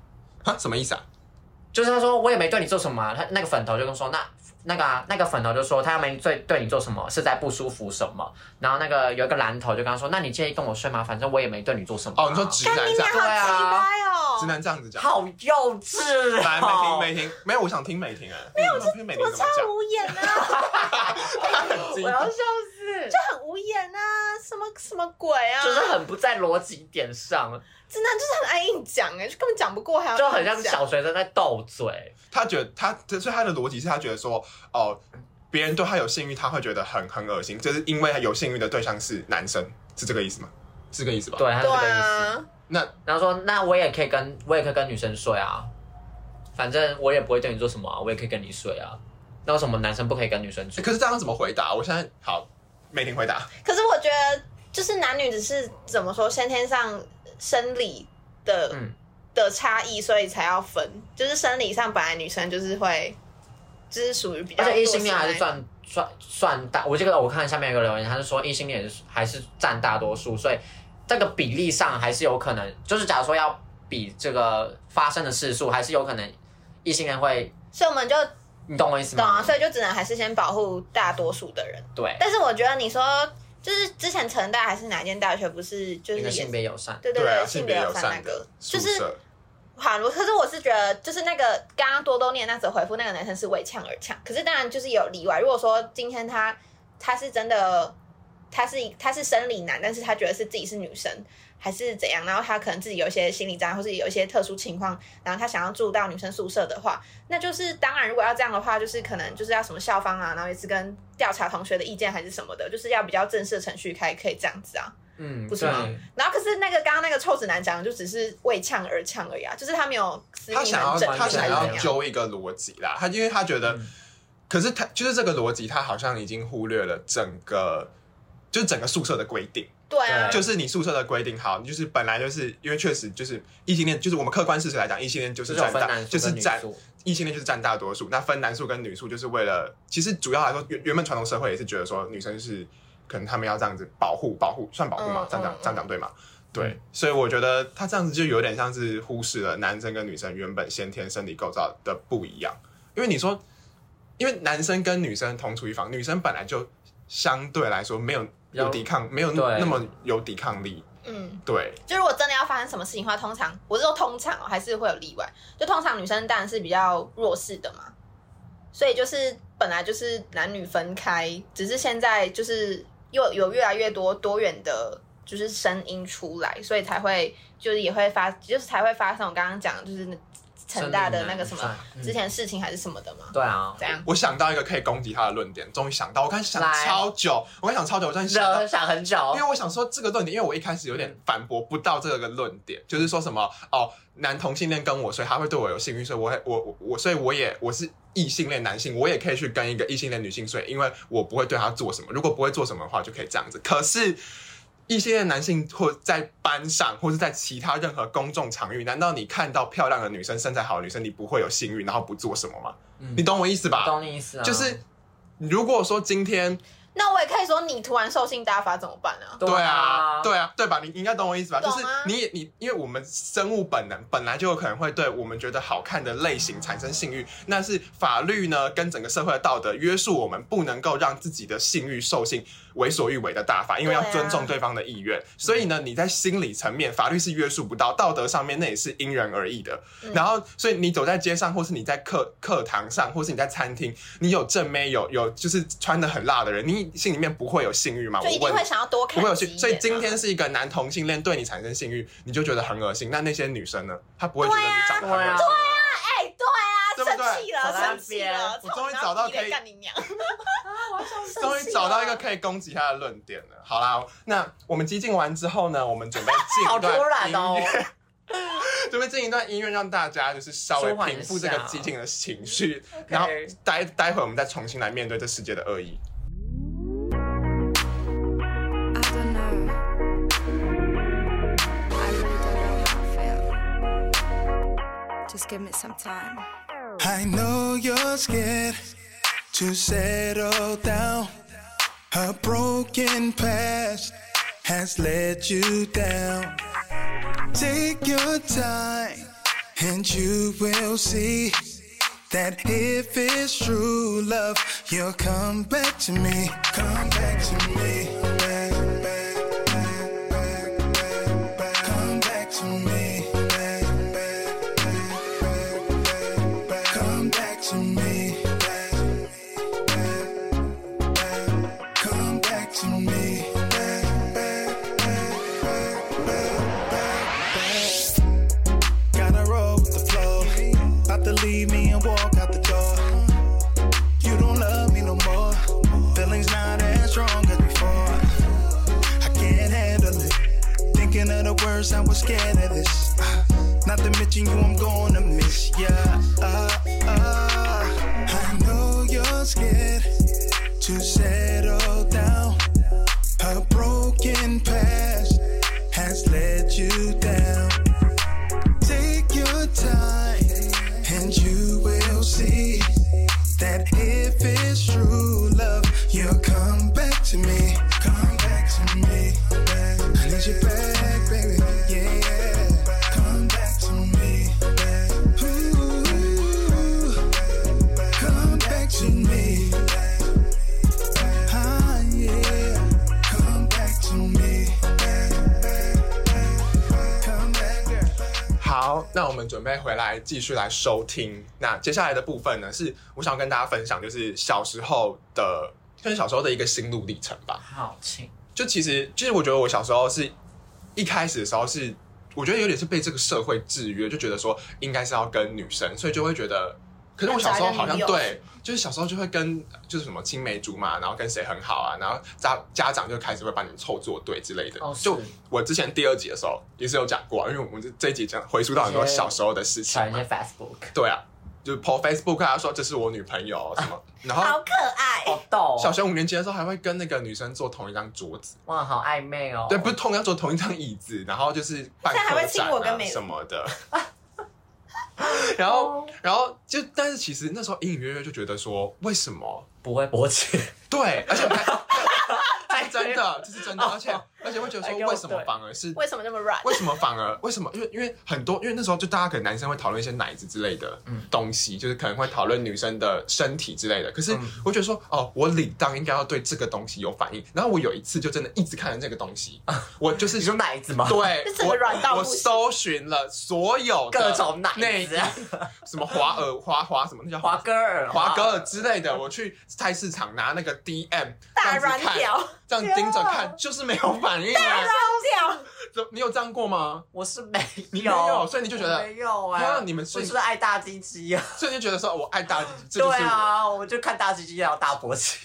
Speaker 3: 啊，什么意思啊？
Speaker 2: 就是他说我也没对你做什么、啊，他那个粉头就跟我说那。那个、啊、那个粉头就说他又没对对你做什么，是在不舒服什么。然后那个有一个蓝头就跟他说，那你介意跟我睡吗？反正我也没对你做什么啊、
Speaker 3: 哦，你说直
Speaker 1: 干
Speaker 3: 男
Speaker 1: 你
Speaker 3: 这
Speaker 1: 娘
Speaker 3: 样，
Speaker 1: 好鸡掰哦！
Speaker 3: 直男这样子讲。
Speaker 2: 好幼稚、哦！
Speaker 3: 来，美婷，美婷，没有，我想听美婷啊。没有，我听美婷
Speaker 1: 我
Speaker 3: 怎么
Speaker 1: 超
Speaker 3: 讲
Speaker 1: 无眼啊，
Speaker 3: 很
Speaker 4: 我
Speaker 3: 惊
Speaker 4: 要笑死。
Speaker 1: 就很无眼啊，什么什么鬼啊？
Speaker 2: 就是很不在逻辑点上，
Speaker 1: 直男就是很爱硬讲哎、就根本讲不过，还要
Speaker 2: 就很像
Speaker 1: 硬讲
Speaker 2: 小学生在斗嘴。
Speaker 3: 他觉得他，所以他的逻辑是他觉得说，哦，别人对他有性欲，他会觉得很很恶心，就是因为他有性欲的对象是男生，是这个意思吗？是这个意思吧？
Speaker 2: 对，他是这
Speaker 1: 对
Speaker 2: 个意思。
Speaker 1: 啊，
Speaker 3: 那
Speaker 2: 然后说，那我也可以跟我也可以跟女生睡啊，反正我也不会对你做什么啊，我也可以跟你睡啊。那为什么男生不可以跟女生
Speaker 3: 欸
Speaker 2: 睡？
Speaker 3: 可是这样要怎么回答？我现在好，美婷回答。
Speaker 1: 可是我觉得就是男女只是怎么说先天上生理的、
Speaker 2: 嗯
Speaker 1: 的差异，所以才要分，就是生理上本来女生就是会。就是属于比较
Speaker 2: 而
Speaker 1: 多
Speaker 2: 且异
Speaker 1: 性爱，
Speaker 2: 性恋还是算算算大，我这个我看下面有个留言，他是说异性恋是还是占大多数，所以这个比例上还是有可能，就是假如说要比这个发生的次数，还是有可能异性恋会，
Speaker 1: 所以我们就
Speaker 2: 你懂我意思
Speaker 1: 懂啊，
Speaker 2: 吗？
Speaker 1: 所以就只能还是先保护大多数的人。
Speaker 2: 对，
Speaker 1: 但是我觉得你说，就是之前成大还是哪间大学，不是就是
Speaker 2: 那个
Speaker 1: 也
Speaker 2: 性别友善。
Speaker 1: 对对
Speaker 3: 啊，
Speaker 1: 性
Speaker 3: 性
Speaker 1: 别
Speaker 3: 别
Speaker 1: 友
Speaker 3: 友
Speaker 1: 善那
Speaker 3: 善
Speaker 1: 个
Speaker 3: 的，
Speaker 1: 就
Speaker 3: 宿
Speaker 1: 是
Speaker 3: 舍，
Speaker 1: 好，我可是我是觉得，就是那个刚刚多多念那则回复，那个男生是为呛而呛。可是当然就是有例外，如果说今天他他是真的，他是他是生理男，但是他觉得是自己是女生还是怎样，然后他可能自己有一些心理障碍，或是有一些特殊情况，然后他想要住到女生宿舍的话，那就是当然如果要这样的话，就是可能就是要什么校方啊，然后也是跟调查同学的意见还是什么的，就是要比较正式的程序开可以这样子啊。
Speaker 2: 嗯，
Speaker 1: 不是吗
Speaker 2: 对
Speaker 1: 然后可是那个刚刚那个臭直男讲，的就只是为呛而呛而已啊，就是他没有私
Speaker 3: 他
Speaker 1: 密
Speaker 3: 想要
Speaker 1: 很正
Speaker 3: 他想
Speaker 1: 还是
Speaker 3: 要
Speaker 1: 怎样
Speaker 3: 揪一个逻辑啦，他因为他觉得，
Speaker 2: 嗯
Speaker 3: 可是他就是这个逻辑，他好像已经忽略了整个。就是整个宿舍的规定，
Speaker 1: 对啊，
Speaker 3: 就是你宿舍的规定，好，你就是本来就是因为确实就是异性恋，就是我们客观事实来讲，异性恋就
Speaker 2: 就是是有
Speaker 3: 占
Speaker 2: 分
Speaker 3: 大，
Speaker 2: 男
Speaker 3: 就是
Speaker 2: 跟女
Speaker 3: 占
Speaker 2: 数，
Speaker 3: 异性恋就是占大多数。那分男宿跟女宿，就是为了其实主要来说，原原本传统社会也是觉得说女生是可能他们要这样子保护保护，算保护嘛
Speaker 1: 嗯，
Speaker 3: 这样
Speaker 1: 嗯
Speaker 3: 讲这样讲对吗？对
Speaker 2: 嗯，
Speaker 3: 所以我觉得他这样子就有点像是忽视了男生跟女生原本先天生理构造的不一样，因为你说，因为男生跟女生同处一房，女生本来就相对来说没有
Speaker 2: 比较
Speaker 3: 有抵抗，没有
Speaker 2: 对
Speaker 3: 那么有抵抗力，
Speaker 1: 嗯，
Speaker 3: 对，
Speaker 1: 就如果真的要发生什么事情的话，通常我是说通常、哦、还是会有例外，就通常女生当然是比较弱势的嘛，所以就是本来就是男女分开，只是现在就是又有越来越多多元的。就是声音出来，所以才会就是也会发，就是才会发生我刚刚讲的就是成大的那个什么
Speaker 3: 啊
Speaker 2: 嗯
Speaker 1: 之前事情还是什么的嘛，
Speaker 2: 对啊，
Speaker 1: 怎样？
Speaker 3: 我想到一个可以攻击他的论点，终于想到，我刚才想
Speaker 2: 来
Speaker 3: 超久，我刚才想超久，我终于想到
Speaker 2: 惹 *laughs* 想很久，
Speaker 3: 因为我想说这个论点，因为我一开始有
Speaker 2: 嗯
Speaker 3: 点反驳不到这个论点，就是说什么哦，男同性恋跟我睡，他会对我有性欲，所以我会我我我，所以我也我是异性恋男性，我也可以去跟一个异性恋女性睡，因为我不会对他做什么，如果不会做什么的话，就可以这样子。可是。异性恋男性或在班上，或是在其他任何公众场域，难道你看到漂亮的女生、身材好的女生，你不会有性欲，然后不做什么吗？
Speaker 2: 嗯
Speaker 3: 你懂我意思吧？
Speaker 2: 懂你意思啊？
Speaker 3: 就是如果说今天
Speaker 1: 那我也可以说你突然兽性大发怎么办啊？
Speaker 3: 对
Speaker 2: 啊
Speaker 3: 啊，，对啊，对吧？你你应该懂我意思吧？就
Speaker 1: 懂
Speaker 3: 是
Speaker 1: 啊
Speaker 3: 你你，因为我们生物本能本来就有可能会对我们觉得好看的类型产生性欲，那是法律呢跟整个社会的道德约束我们，不能够让自己的性欲受性为所欲为的大法，因为要
Speaker 1: 对啊
Speaker 3: 尊重对方的意愿。所以呢，你在心理层面，法律是约束不到，道德上面那也是因人而异的。
Speaker 1: 嗯
Speaker 3: 然后，所以你走在街上，或是你在课课堂上，或是你在餐厅，你有正妹，有有就是穿的很辣的人，你心里面不会有性欲吗？
Speaker 1: 就
Speaker 3: 啊我
Speaker 1: 一定
Speaker 3: 问你
Speaker 1: 会想要多看
Speaker 3: 不会有
Speaker 1: 几
Speaker 3: 性，
Speaker 1: 眼
Speaker 3: 所以
Speaker 1: 啊
Speaker 3: 今天是一个男同性恋对你产生性欲，你就觉得很恶心。那那些女生呢？她不会觉得你长得
Speaker 2: 对
Speaker 3: 很恶
Speaker 2: 啊
Speaker 3: 心。，
Speaker 1: 哎、对啊，
Speaker 3: 对不对
Speaker 1: 生气
Speaker 2: 好
Speaker 1: 了，
Speaker 2: 难
Speaker 1: 生气了，
Speaker 3: 我终于
Speaker 1: 操
Speaker 3: 找到
Speaker 1: 你妈逼嘞
Speaker 3: 可以
Speaker 1: 干你娘，
Speaker 3: 终于找到一个可以攻击她的论点了。好啦，那我们激进完之后呢，我们准备进一
Speaker 2: *laughs* 好
Speaker 3: 段
Speaker 2: 突然
Speaker 3: 音乐。
Speaker 2: 哦，
Speaker 3: 准备进一段音乐，让大家就是稍微
Speaker 2: 舒缓一
Speaker 3: 平复这个
Speaker 2: 下
Speaker 3: 激进的情
Speaker 2: *laughs*
Speaker 3: 绪，然后待待会我们再重新来面对这世界的恶意。
Speaker 5: I don't know. I really don't know how I feel. Just give me some time.
Speaker 6: I know you're scared to settle down. Her broken past has let you down. Take your time, and you will see that if it's true love, you'll come back to me. Come back to me. Back, back, back, back, back, back. Come back to me. Back, back, back, back, back, back. Come back to me. Back, back, back. Come back to me. Back, back, back, back, back, back, back. Gotta roll with the flow. About to leave me and walk out the door. You don't love me no more. Feelings not as strong as before. I can't handle it. Thinking of the worst, I was scared of this. Ah, Not to mention you, I'm gonna miss ya. Ah, ah. I know you're scared to settle down. Her broken past has let you down. Take your time, and you will see that if it's true love, you'll come back to me. Come back to me. I need you back, baby. Yeah. Come back to me. Ooh. Come back to me. Ah, yeah. Come back to me. Come back, girl.
Speaker 3: 好，那我们准备回来继续来收听。那接下来的部分呢，是我想跟大家分享，就是小时候的，就是小时候的一个心路历程吧。
Speaker 2: 好亲，
Speaker 3: 就其实，其实我觉得我小时候是一开始的时候是，我觉得有点是被这个社会制约，就觉得说应该是要跟女生，所以就会觉得。可是我小时候好像
Speaker 4: 要找一个女
Speaker 3: 对，就是小时候就会跟就是什么青梅竹马，然后跟谁很好啊，然后家家长就开始会把你凑作对之类的。
Speaker 2: 哦是
Speaker 3: 就我之前第二集的时候也是有讲过、啊，因为我们这这一集讲回溯到很多
Speaker 2: 一些
Speaker 3: 小时候的事情
Speaker 2: 传一
Speaker 3: 嘛
Speaker 2: 些。Facebook，
Speaker 3: 对啊，就是 po Facebook 啊，说这是我女朋友什
Speaker 4: *laughs*
Speaker 3: 么，然后
Speaker 4: 可爱
Speaker 2: 好逗哦，
Speaker 3: 小学五年级的时候还会跟那个女生坐同一张桌子。
Speaker 2: 哇，好暧昧哦，
Speaker 3: 对，不是同样坐同一张椅子，然后就是办
Speaker 4: 现在还会
Speaker 3: 客栈
Speaker 4: 亲我跟
Speaker 3: 啊
Speaker 4: 美
Speaker 3: 什么
Speaker 4: *laughs*
Speaker 3: 的。然后，然后就，但是其实那时候隐隐约约就觉得说，为什么？
Speaker 2: 不会
Speaker 3: *laughs*
Speaker 2: 勃起，
Speaker 3: 对，而且
Speaker 4: *laughs*
Speaker 3: 我还这是真的，这是真的，
Speaker 4: 哦
Speaker 3: 而且而且会觉得
Speaker 2: 还
Speaker 4: 哎
Speaker 3: 说，
Speaker 2: 给我
Speaker 3: 为什么
Speaker 2: 对
Speaker 3: 反而是
Speaker 1: 为什么那么软？
Speaker 3: 为什么反而为什么？因为因为很多，因为那时候就大家可能男生会讨论一些奶子之类的
Speaker 2: 嗯
Speaker 3: 东西，就是可能会讨论女生的身体之类的。可是
Speaker 2: 嗯
Speaker 3: 我觉得说，哦，我理当应该要对这个东西有反应。然后我有一次就真的一直看着这个东
Speaker 2: *laughs*
Speaker 3: 西，我就是
Speaker 2: 你说奶子吗？
Speaker 3: *laughs* 对啊
Speaker 2: *laughs*
Speaker 1: 就，整个
Speaker 3: 我
Speaker 1: 软到
Speaker 3: 我
Speaker 1: 不行
Speaker 3: 搜寻了所有的
Speaker 2: 各种奶
Speaker 3: 内
Speaker 2: 子
Speaker 3: 衣，什么华尔华华什么那叫
Speaker 2: 华哥尔，
Speaker 3: 华格尔之类的，我去菜市场拿那个 DM
Speaker 4: 大
Speaker 3: 这样
Speaker 4: 软
Speaker 3: 子看
Speaker 4: 屌，
Speaker 3: *laughs* 这样盯着看，就是没有反应啊！
Speaker 4: 掉，
Speaker 3: *laughs* 怎么你有这样过吗？
Speaker 2: 我是没
Speaker 3: 你没有，所以你就觉
Speaker 2: 我
Speaker 3: 得
Speaker 2: 没，有哎、
Speaker 3: 那你们是
Speaker 2: 我就是爱大鸡鸡啊，
Speaker 3: 所以你就觉得说我爱大，这就
Speaker 2: 对
Speaker 3: 是我。
Speaker 2: 啊，我就看大鸡鸡还有大勃起，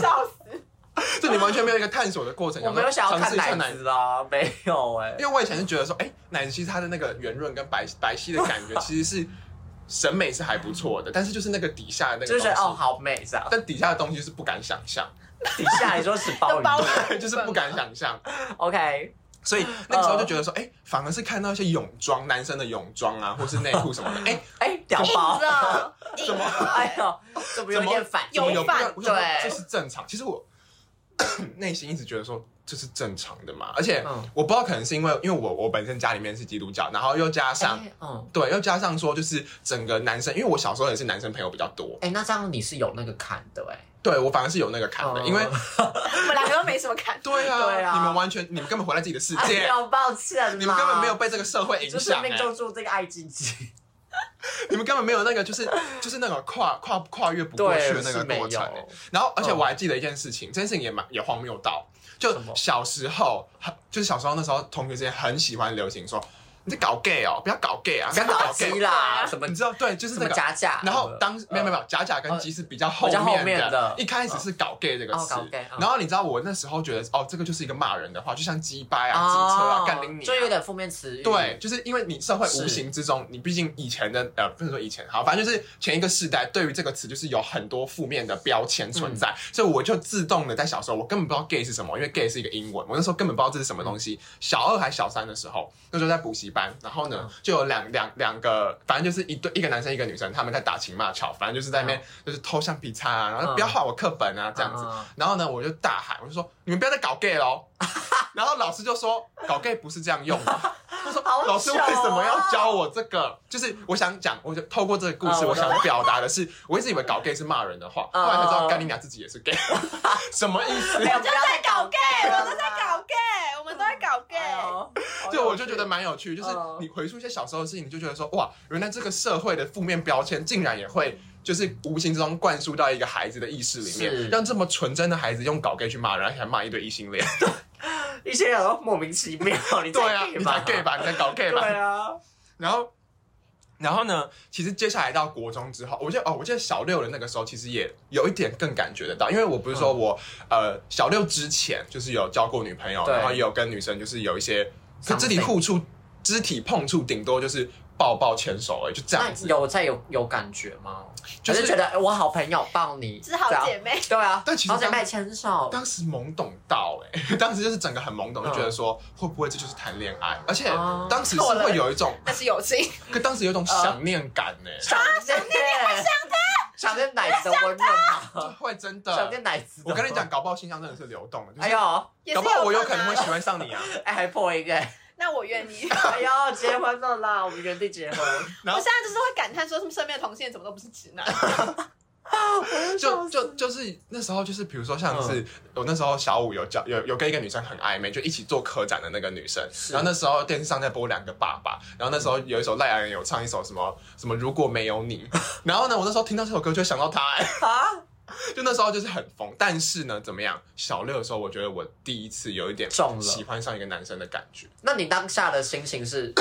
Speaker 4: 笑死！
Speaker 3: 就你完全没有一个探索的过程，
Speaker 2: 我没有想要
Speaker 3: 尝
Speaker 2: 看
Speaker 3: 试一下
Speaker 2: 奶
Speaker 3: 奶
Speaker 2: 子啊，没有哎、
Speaker 3: 因为我以前是觉得说，哎、奶昔它的那个圆润跟白白皙的感觉，其实是审美是还不错的，但是就是那个底下的那个
Speaker 2: 就是觉得
Speaker 3: 东西
Speaker 2: 哦，好美这样， *laughs*
Speaker 3: 但底下的东西是不敢想象， *laughs*
Speaker 2: 底下你说是包鱼
Speaker 4: 包
Speaker 2: 对
Speaker 4: 鱼
Speaker 3: 就是不敢想象，
Speaker 2: ，OK，
Speaker 3: 所以那个时候就觉
Speaker 2: 哦
Speaker 3: 得说，哎、反而是看到一些泳装，男生的泳装
Speaker 2: *laughs*
Speaker 3: 啊，或是内裤什么的，哎、
Speaker 2: 哎、屌包，
Speaker 3: *laughs*
Speaker 1: 的，
Speaker 3: 怎么
Speaker 2: 哎呦，怎 *laughs* 么有
Speaker 3: 怎么
Speaker 2: 点反
Speaker 3: 怎么
Speaker 2: 应？
Speaker 3: 有必要我想说
Speaker 2: 对
Speaker 3: 这是正常。其实我 *coughs* 内心一直觉得说这是正常的嘛，而且
Speaker 2: 嗯
Speaker 3: 我不知道可能是因为因为我我本身家里面是基督教，然后又加上、
Speaker 2: 哎嗯，
Speaker 3: 对，又加上说就是整个男生，因为我小时候也是男生朋友比较多，
Speaker 2: 哎、那这样你是有那个坎的哎、
Speaker 3: 对我反而是有那个坎的，
Speaker 2: 哦
Speaker 3: 因为
Speaker 4: 我们两个都没什么看，
Speaker 3: 对啊，
Speaker 2: 对啊
Speaker 3: 你们完全你们根本活在自己的世
Speaker 2: 哎
Speaker 3: 界。
Speaker 2: 呦，抱歉啦，
Speaker 3: 你们根本没有被这个社会影
Speaker 2: 就是
Speaker 3: 响、
Speaker 2: 命
Speaker 3: 哎
Speaker 2: 中注这个爱鸡鸡，
Speaker 3: 你们根本没有那个，就是就是那种跨跨跨越不过去的那个
Speaker 2: 是没
Speaker 3: 过
Speaker 2: 有
Speaker 3: 程、哎然后，而且
Speaker 2: 嗯
Speaker 3: 我还记得一件事情，这件事情也蛮也荒谬到，
Speaker 2: 什
Speaker 3: 就
Speaker 2: 么
Speaker 3: 小时候，很就是小时候那时候，同学之间很喜欢流行说
Speaker 6: 你在搞 gay 哦，不要搞 gay 啊，
Speaker 2: 不要搞
Speaker 6: 不要
Speaker 2: 基啦，什么
Speaker 3: 你知道对，就是
Speaker 2: 什
Speaker 3: 这
Speaker 2: 么
Speaker 3: 个。
Speaker 2: 假嗯哦假，
Speaker 3: 然后当没有没有没有假假跟鸡是比较后
Speaker 2: 比较后
Speaker 3: 面
Speaker 2: 面的
Speaker 3: 一开始是搞 gay 这个
Speaker 2: 哦
Speaker 3: 词
Speaker 2: 搞 gay，嗯。
Speaker 3: 然后你知道我那时候觉得哦，这个就是一个骂人的话，就像鸡掰啊、鸡车
Speaker 2: 哦
Speaker 3: 啊、干拎你啊，
Speaker 2: 就有点负面词语，
Speaker 3: 对，，就是因为你社会
Speaker 2: 是
Speaker 3: 无形之中，你毕竟以前的呃，不是说以前，好，反正就是前一个世代对于这个词就是有很多负面的标签存
Speaker 2: 嗯
Speaker 3: 在，所以我就自动的在小时候，我根本不知道 gay 是什么，因为 gay 是一个英文，我那时候根本不知道这是什么东西。
Speaker 2: 嗯
Speaker 3: 小二还小三的时候，那时候在补习班，然后呢
Speaker 2: 嗯
Speaker 3: 就有两两两个，反正就是一对一个男生一个女生，他们在打情骂俏，反正就是在那边就是偷橡皮擦啊，然后
Speaker 2: 嗯
Speaker 3: 不要画我课本啊这样子。
Speaker 2: 嗯
Speaker 3: 然后呢，我就大喊，我就说你们不要再搞 gay 喽。 *laughs* 然后老师就说搞 gay 不是这样用的。他说老师为
Speaker 4: 哦
Speaker 3: 什么要教我这个？就是我想讲，我就透过这个故事，我
Speaker 2: 嗯啊我懂
Speaker 3: 想表达的是，我一直以为搞 gay 是骂人的话，后
Speaker 2: 嗯
Speaker 3: 来才知道
Speaker 2: 嗯
Speaker 3: 干你俩自己也是
Speaker 2: *laughs*
Speaker 3: gay，什么意思？
Speaker 2: 哎呦
Speaker 1: 我就在搞 gay，
Speaker 2: 了
Speaker 1: 我都在
Speaker 4: *laughs*
Speaker 1: 搞 gay，我们都在搞
Speaker 4: 哦
Speaker 1: gay。
Speaker 2: 哎 gay，
Speaker 3: 对，我就觉得蛮有趣，就是
Speaker 2: 嗯
Speaker 3: 你回溯一些小时候的事情，你就觉得说，哇，原来这个社会的负面标签竟然也会。就是无形之中灌输到一个孩子的意识里
Speaker 2: 是
Speaker 3: 面，让这么纯真的孩子用搞 gay 去骂人，而且还骂一对异性恋。
Speaker 2: 一些人都莫名其妙，你在
Speaker 3: 对啊，你才 gay
Speaker 2: 吧？
Speaker 3: 吧，你在搞 gay
Speaker 2: 对
Speaker 3: 吧？
Speaker 2: 啊，
Speaker 3: 然后，然后呢？其实接下来到国中之后，我记得哦，我记得小六的那个时候，其实也有一点更感觉得到，因为我不是
Speaker 2: 嗯
Speaker 3: 说我、呃小六之前就是有交过女朋友，
Speaker 2: 对
Speaker 3: 然后也有跟女生就是有一些可
Speaker 2: Something
Speaker 3: 肢体互触、肢体碰触，顶多就是抱抱、牵手而已，就这
Speaker 2: 那
Speaker 3: 样子。
Speaker 2: 有在有有感觉吗？
Speaker 3: 就
Speaker 2: 就是是觉得哎我好朋友抱你，
Speaker 1: 是好
Speaker 2: 这样
Speaker 1: 姐妹，
Speaker 2: 对啊，
Speaker 3: 但其实
Speaker 2: 好姐
Speaker 3: 当
Speaker 2: 妹牵手，
Speaker 3: 当时懵懂到哎、欸 *laughs* 当时就是整个很懵懂，就觉得说
Speaker 2: 嗯
Speaker 3: 会不会这就是谈恋爱？而且
Speaker 2: 哦
Speaker 3: 当时是会有一
Speaker 2: *laughs*
Speaker 3: 种，
Speaker 1: 那是友情。
Speaker 3: 可当时有一种想念感呢、欸，
Speaker 2: 嗯啊想念你会想 *laughs* 他，想念奶子的温润
Speaker 3: 就
Speaker 2: 啊，
Speaker 3: 会真
Speaker 2: *laughs* 想
Speaker 3: 的。
Speaker 2: 念奶子。
Speaker 3: 我跟你讲，，搞不好心象真的是流动的，就是
Speaker 2: 哎呦，
Speaker 1: 也是
Speaker 3: *laughs* 搞不好我有
Speaker 1: 可
Speaker 3: 可能
Speaker 1: 啊
Speaker 3: 会喜欢上你啊。
Speaker 1: *laughs*
Speaker 2: 哎还破音哎，
Speaker 1: 那我愿
Speaker 3: *laughs*
Speaker 1: 意。
Speaker 2: 哎呦，结婚了啦，我们原地结婚，
Speaker 3: 然
Speaker 1: 我
Speaker 3: 后
Speaker 1: 现在就是会感叹说，他们身边的同性恋怎么都不是直男，
Speaker 3: 就就就是那时候，就是比如说像是我那时候小五有交有有跟一个女生很暧昧，就一起做科展的那个女生。然后那时候电视上在播《两个爸爸》，然后那时候有一首赖雅人有唱一首什么什么如果没有
Speaker 1: *laughs*
Speaker 3: 你，然后呢，我那时候听到这首歌就会想到她、哎
Speaker 2: 啊，
Speaker 3: 就那时候就是很疯。但是呢，怎么样？小六的时候，我觉得我第一次有一点
Speaker 2: 中了
Speaker 3: 喜欢上一个男生的感觉。
Speaker 2: *laughs* 那你当下的心情
Speaker 3: *coughs*
Speaker 2: 是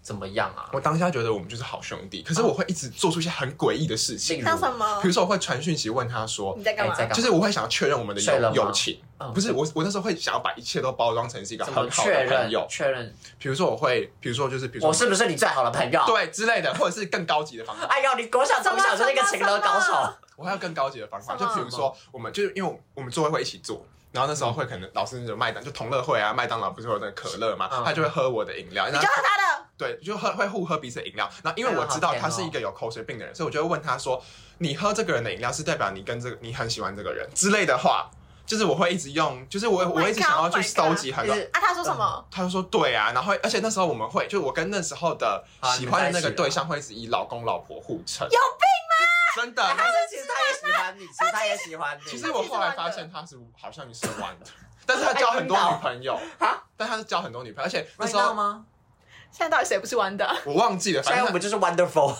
Speaker 2: 怎么样啊？
Speaker 3: 我当下觉得我们就是好兄弟，可是我会一直做出一些很诡异的事情，
Speaker 2: 例
Speaker 1: 像
Speaker 2: 如
Speaker 1: 什么
Speaker 3: 嗯比？如说我会传讯息问他说
Speaker 1: 你在干嘛
Speaker 2: 哎？在干嘛
Speaker 3: 就是我会想要确认我们的
Speaker 2: 睡了
Speaker 3: 友
Speaker 2: 吗
Speaker 3: 友情，
Speaker 2: 嗯
Speaker 3: 不是我我那时候会想要把一切都包装成是一个
Speaker 2: 怎么
Speaker 3: 很好
Speaker 2: 确
Speaker 3: 的朋
Speaker 2: 认
Speaker 3: 友？，
Speaker 2: 确认
Speaker 3: 比如说我会，比如说就是比如
Speaker 2: 我
Speaker 3: 说
Speaker 2: 是不是你最好的朋友？。
Speaker 3: 对之类的，或者是更高级的方
Speaker 2: *laughs*
Speaker 3: 法，
Speaker 2: 哎呦，你国小从小就是一个情勒高
Speaker 1: 什
Speaker 2: 手
Speaker 1: 么，
Speaker 3: 我还有更高级的方法，
Speaker 1: 什
Speaker 3: 就
Speaker 1: 么
Speaker 3: 比如说我们就是因为我我们座位会一起坐。然后那时候会可能老师有麦当就同乐会啊，麦当劳不是会有那个可乐嘛，
Speaker 2: 嗯
Speaker 3: 他就会喝我的饮料，然
Speaker 1: 你
Speaker 3: 后
Speaker 1: 就是他的，
Speaker 3: 对，就喝会互喝彼此的饮料。然后因为
Speaker 2: 哎呦
Speaker 3: 我知道
Speaker 2: 好甜哦
Speaker 3: 他是一个有口水病的人，所以我就会问他说：“你喝这个人的饮料是代表你跟这个你很喜欢这个人之类的话。”就是我会一直用，就是我
Speaker 1: Oh my
Speaker 3: 呃我会一直想要
Speaker 1: God，Oh
Speaker 3: 去
Speaker 1: my
Speaker 3: 搜集很多
Speaker 2: 就是。
Speaker 1: 啊，他说什么？
Speaker 3: 他就说对啊，然后而且那时候我们会，就我跟那时候的
Speaker 2: 啊
Speaker 3: 喜欢的那
Speaker 2: 你们在
Speaker 3: 个
Speaker 2: 一起了
Speaker 3: 对象会是以老公老婆互称。有病吗？真的。
Speaker 2: 还是哎其实他也喜欢你，其实他也喜欢你。
Speaker 3: 其实我后来发现他是好像是玩的，但是他交很多
Speaker 2: 哎晕倒
Speaker 3: 女朋友
Speaker 2: 啊，
Speaker 3: *laughs* 但他是交很多女朋友，而且那
Speaker 2: 知
Speaker 3: 时
Speaker 2: 道
Speaker 3: 候
Speaker 2: 吗？
Speaker 3: 嗯
Speaker 1: 现在到底谁不是玩的
Speaker 3: 我忘记了，
Speaker 2: 所
Speaker 3: 反
Speaker 2: 以
Speaker 3: 正
Speaker 2: 我
Speaker 3: 他
Speaker 2: 们就是
Speaker 3: *laughs*
Speaker 2: wonderful，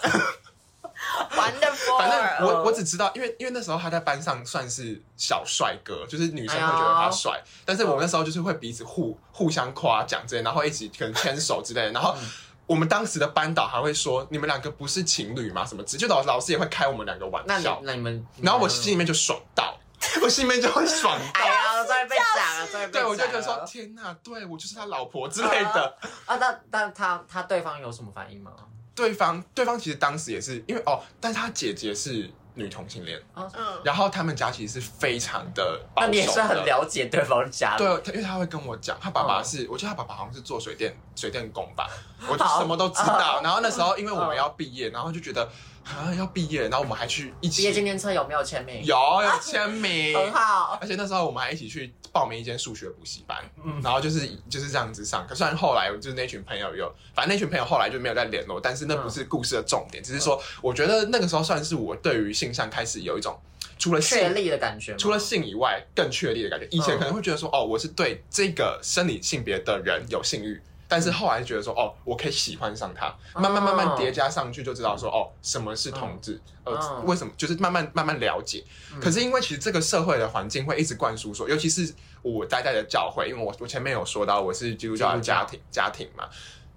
Speaker 1: ？Wonderful，
Speaker 3: 反正我
Speaker 2: 嗯
Speaker 3: 我只知道，因为因为那时候他在班上算是小帅哥，就是女生会觉得他
Speaker 2: 嗯
Speaker 3: 帅，但是我们那时候就是会彼此互互相夸奖之类，然后一起可能牵手之类的，然后。
Speaker 2: 嗯
Speaker 3: 我们当时的班导还会说：“你们两个不是情侣吗？什么之？”就老老师也会开我们两个玩
Speaker 2: 那你
Speaker 3: 笑，
Speaker 2: 那你们，
Speaker 3: 然后我心里面就
Speaker 2: *laughs*
Speaker 3: 爽到，我心里面就会爽到。
Speaker 2: 哎呀，终于被讲了，终于被
Speaker 3: 对，我就觉
Speaker 2: 讲
Speaker 3: 得说
Speaker 2: 了：“
Speaker 3: 天哪，对我就是他老婆之类的。”
Speaker 2: 啊，但但他他对方有什么反应吗？
Speaker 3: 对方对方其实当时也是因为哦，但是他姐姐是女同性恋，
Speaker 1: 嗯，
Speaker 3: 然后他们家其实是非常的保
Speaker 2: 那
Speaker 3: 守的。
Speaker 2: 你也是很了解对方家的，
Speaker 3: 对，他因为他会跟我讲，他爸爸是，我记得他爸爸好像是做水电水电工
Speaker 2: *laughs*
Speaker 3: 吧，我就
Speaker 2: 好
Speaker 3: 什么都知道。
Speaker 2: 嗯
Speaker 3: 然后那时候因为我们要毕业，然后就觉得啊要毕业，然后我们还去一
Speaker 2: 毕
Speaker 3: 起
Speaker 2: 业纪念册有没有签名？，
Speaker 3: 有有签名，
Speaker 2: *laughs* 很好。
Speaker 3: 而且那时候我们还一起去报名一间数学补习班，
Speaker 2: 嗯
Speaker 3: 然后就是就是这样子上课。虽然后来就是那群朋友有，反正那群朋友后来就没有再联络，但是那不是故事的重点，只是说
Speaker 2: 嗯
Speaker 3: 我觉得那个时候算是我对于性向开始有一种除了
Speaker 2: 确
Speaker 3: 性
Speaker 2: 立的感觉吗，嗯
Speaker 3: 除了性以外更确立的感觉。以前可能会觉得说，哦，我是对这个生理性别的人有性欲。但是后来觉得说，哦，我可以喜欢上他，
Speaker 2: 啊
Speaker 3: 慢慢慢慢叠加上去，就知道说，哦，什么是同志，呃
Speaker 2: 嗯，
Speaker 3: 为什么，就是慢慢慢慢了解。
Speaker 2: 嗯
Speaker 3: 可是因为其实这个社会的环境会一直灌输说，尤其
Speaker 2: 嗯
Speaker 3: 是我待在的教会，因为我我前面有说到我是基督教的家庭家庭嘛，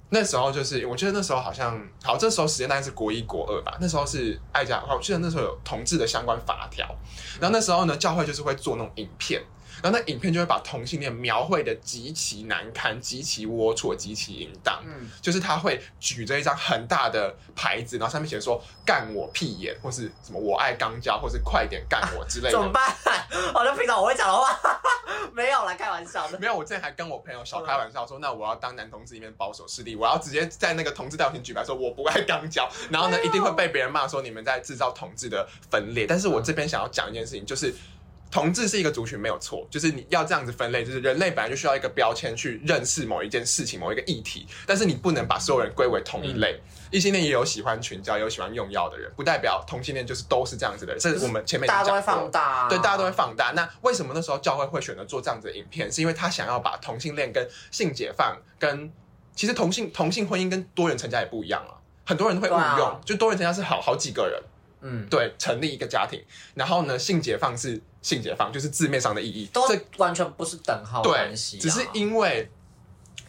Speaker 3: 那时候就是，我觉得那时候好像，好，这时候时间大概是国一、国二吧。那时候是爱家，我记得那时候有同志的相关法条。然后那时候呢，教会就是会做那种影片，然后那影片就会把同性恋描绘的极其难堪、极其龌龊、极其淫荡。
Speaker 2: 嗯，
Speaker 3: 就是他会举着一张很大的牌子，然后上面写说“干我屁眼”或是什么“我爱肛交”或是“快点干我”之类
Speaker 2: 怎么
Speaker 3: 的。
Speaker 2: 办？好像平常我会讲的话， *laughs* 没有啦，开玩笑的。
Speaker 3: 没有，我之前还跟我朋友小开玩笑说，那我要当男同志里面保守势力，我要直接在那个同志大游行举牌说我不爱肛交，然后呢一定会被别人骂说你们在制造同志的分裂。但是我这边想要讲一件事情，就是嗯同志是一个族群没有错，就是你要这样子分类，就是人类本来就需要一个标签去认识某一件事情、某一个议题，但是你不能把所有人归为同一类。
Speaker 2: 嗯
Speaker 3: 异性恋也有喜欢群交，也有喜欢用药的人，不代表同性恋就是都是这样子的人。这是我们前面已经
Speaker 2: 大家都会
Speaker 3: 讲过了
Speaker 2: 放大啊、
Speaker 3: 对，大家都会放大。那为什么那时候教会会选择做这样子的影片？是因为他想要把同性恋跟性解放跟其实同性同性婚姻跟多元成家也不一样啊。很多人会误
Speaker 2: 对
Speaker 3: 用，
Speaker 2: 啊
Speaker 3: 就多元成家是好好几个人
Speaker 2: 嗯，
Speaker 3: 对成立一个家庭，然后呢，性解放是性解放，就是字面上的意义。
Speaker 2: 都
Speaker 3: 这
Speaker 2: 完全不是等号
Speaker 3: 对
Speaker 2: 关，系、啊，
Speaker 3: 只是因为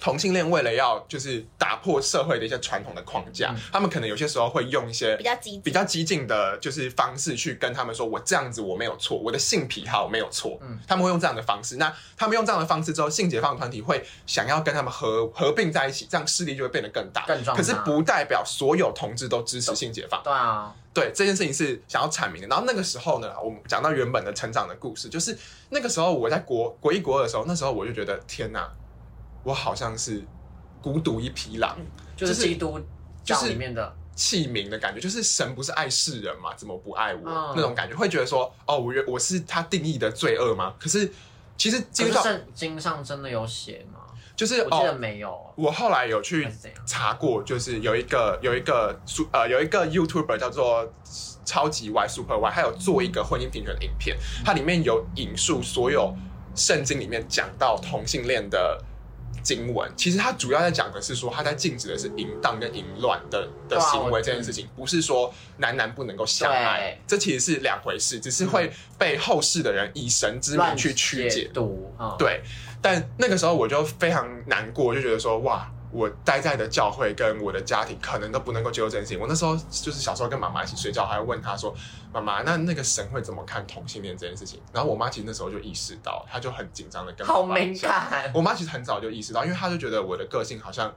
Speaker 3: 同性恋为了要就是打破社会的一些传统的框架，
Speaker 2: 嗯
Speaker 3: 他们可能有些时候会用一些
Speaker 1: 比较积极，
Speaker 3: 比较激进的，就是方式去跟他们说，我这样子我没有错，我的性癖好没有错。
Speaker 2: 嗯
Speaker 3: 他们会用这样的方式。那他们用这样的方式之后，性解放团体会想要跟他们合合并在一起，这样势力就会变得更大。
Speaker 2: 更壮大
Speaker 3: 可是不代表所有同志都支持性解放。
Speaker 2: 对啊，
Speaker 3: 对这件事情是想要阐明的。然后那个时候呢，我们讲到原本的成长的故事，就是那个时候我在国国一国二的时候，那时候我就觉得天哪，我好像是孤独一匹狼。
Speaker 2: 就是
Speaker 3: 就是
Speaker 2: 基督
Speaker 3: 就
Speaker 2: 教
Speaker 3: 是
Speaker 2: 里面的，
Speaker 3: 器皿的感觉，就是神不是爱世人嘛，怎么不爱我、
Speaker 2: 嗯
Speaker 3: 那种感觉，会觉得说，哦，我原我是他定义的罪恶吗？可是其实基
Speaker 2: 可
Speaker 3: 督
Speaker 2: 是
Speaker 3: 教
Speaker 2: 圣经上真的有写吗？
Speaker 3: 就是
Speaker 2: 我记得
Speaker 3: 哦，
Speaker 2: 没有，
Speaker 3: 我后来有去
Speaker 2: 还是怎样？
Speaker 3: 查过，就是有一个有一个苏呃有一个 YouTuber 叫做超级 Y Super Y，他有做一个婚姻平权的影片，
Speaker 2: 嗯
Speaker 3: 它里面有引述所有圣经里面讲到同性恋的。经文其实它主要在讲的是说，他在禁止的是淫荡跟淫乱的的
Speaker 2: 对啊
Speaker 3: 行
Speaker 2: 我
Speaker 3: 为这件事情，不是说男男不能够相爱
Speaker 2: 对，
Speaker 3: 这其实是两回事，只是会被后世的人以神之名
Speaker 2: 乱
Speaker 3: 去曲解
Speaker 2: 解读，嗯，
Speaker 3: 对，但那个时候我就非常难过，就觉得说哇，我待在的教会跟我的家庭可能都不能够接受这件事情。我那时候就是小时候跟妈妈一起睡觉，还会问她说：“妈妈，那那个神会怎么看同性恋这件事情？”然后我妈其实那时候就意识到，她就很紧张的跟
Speaker 2: 好
Speaker 3: 爸爸
Speaker 2: 敏
Speaker 3: 讲
Speaker 2: 感，
Speaker 3: *laughs*
Speaker 2: *laughs*
Speaker 3: 我妈其实很早就意识到，因为她就觉得我的个性好像，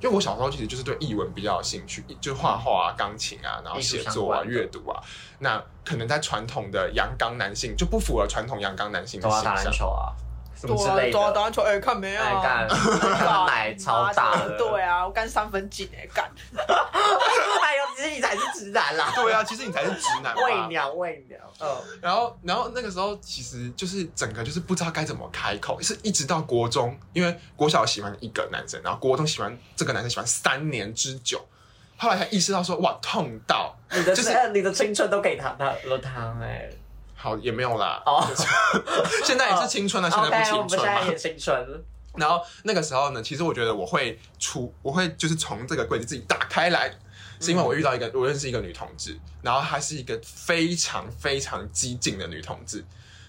Speaker 3: 因为我小时候其实就是对艺文比较有兴趣，就画画啊、钢琴啊，然后写作啊、
Speaker 2: 艺术相关的
Speaker 3: 阅读啊。那可能在传统的阳刚男性就不符合传统阳刚男性的
Speaker 2: 都要
Speaker 3: 形
Speaker 2: 打篮
Speaker 3: 象。
Speaker 2: 球啊，什么
Speaker 4: 对
Speaker 2: 之
Speaker 4: 啊，
Speaker 2: 类
Speaker 4: 抓
Speaker 2: 的，
Speaker 4: 打篮球，哎，看没
Speaker 2: 哎
Speaker 4: 啊？
Speaker 3: *laughs*
Speaker 2: 干，他奶超大的，
Speaker 4: 对啊，我干三分进哎，干
Speaker 2: *laughs* 哎呦，其实你才是直男啦，
Speaker 3: *laughs*
Speaker 2: *laughs*
Speaker 3: 对啊，其实你才是直男嘛。
Speaker 2: 喂鸟喂鸟，嗯，
Speaker 3: 然后，然后那个时候其实就是整个就是不知道该怎么开口，是一直到国中，因为国小喜欢一个男生，然后国中喜欢这个男生喜欢三年之久，后来才意识到说哇痛到，
Speaker 2: 你的
Speaker 3: 就是
Speaker 2: 你的青春都给他 *laughs* 他了他哎，
Speaker 3: 好也没有啦，
Speaker 2: 哦
Speaker 3: 就是现在也是青春了，啊现在
Speaker 2: OK，
Speaker 3: 不青
Speaker 2: 我们现
Speaker 3: 春
Speaker 2: 在
Speaker 3: 嘛
Speaker 2: 也。青春，
Speaker 3: 然后那个时候呢，其实我觉得我会出，我会就是从这个柜子自己打开来，是因为我遇到一个，我认识一个女同志，然后她是一个非常非常激进的女同志，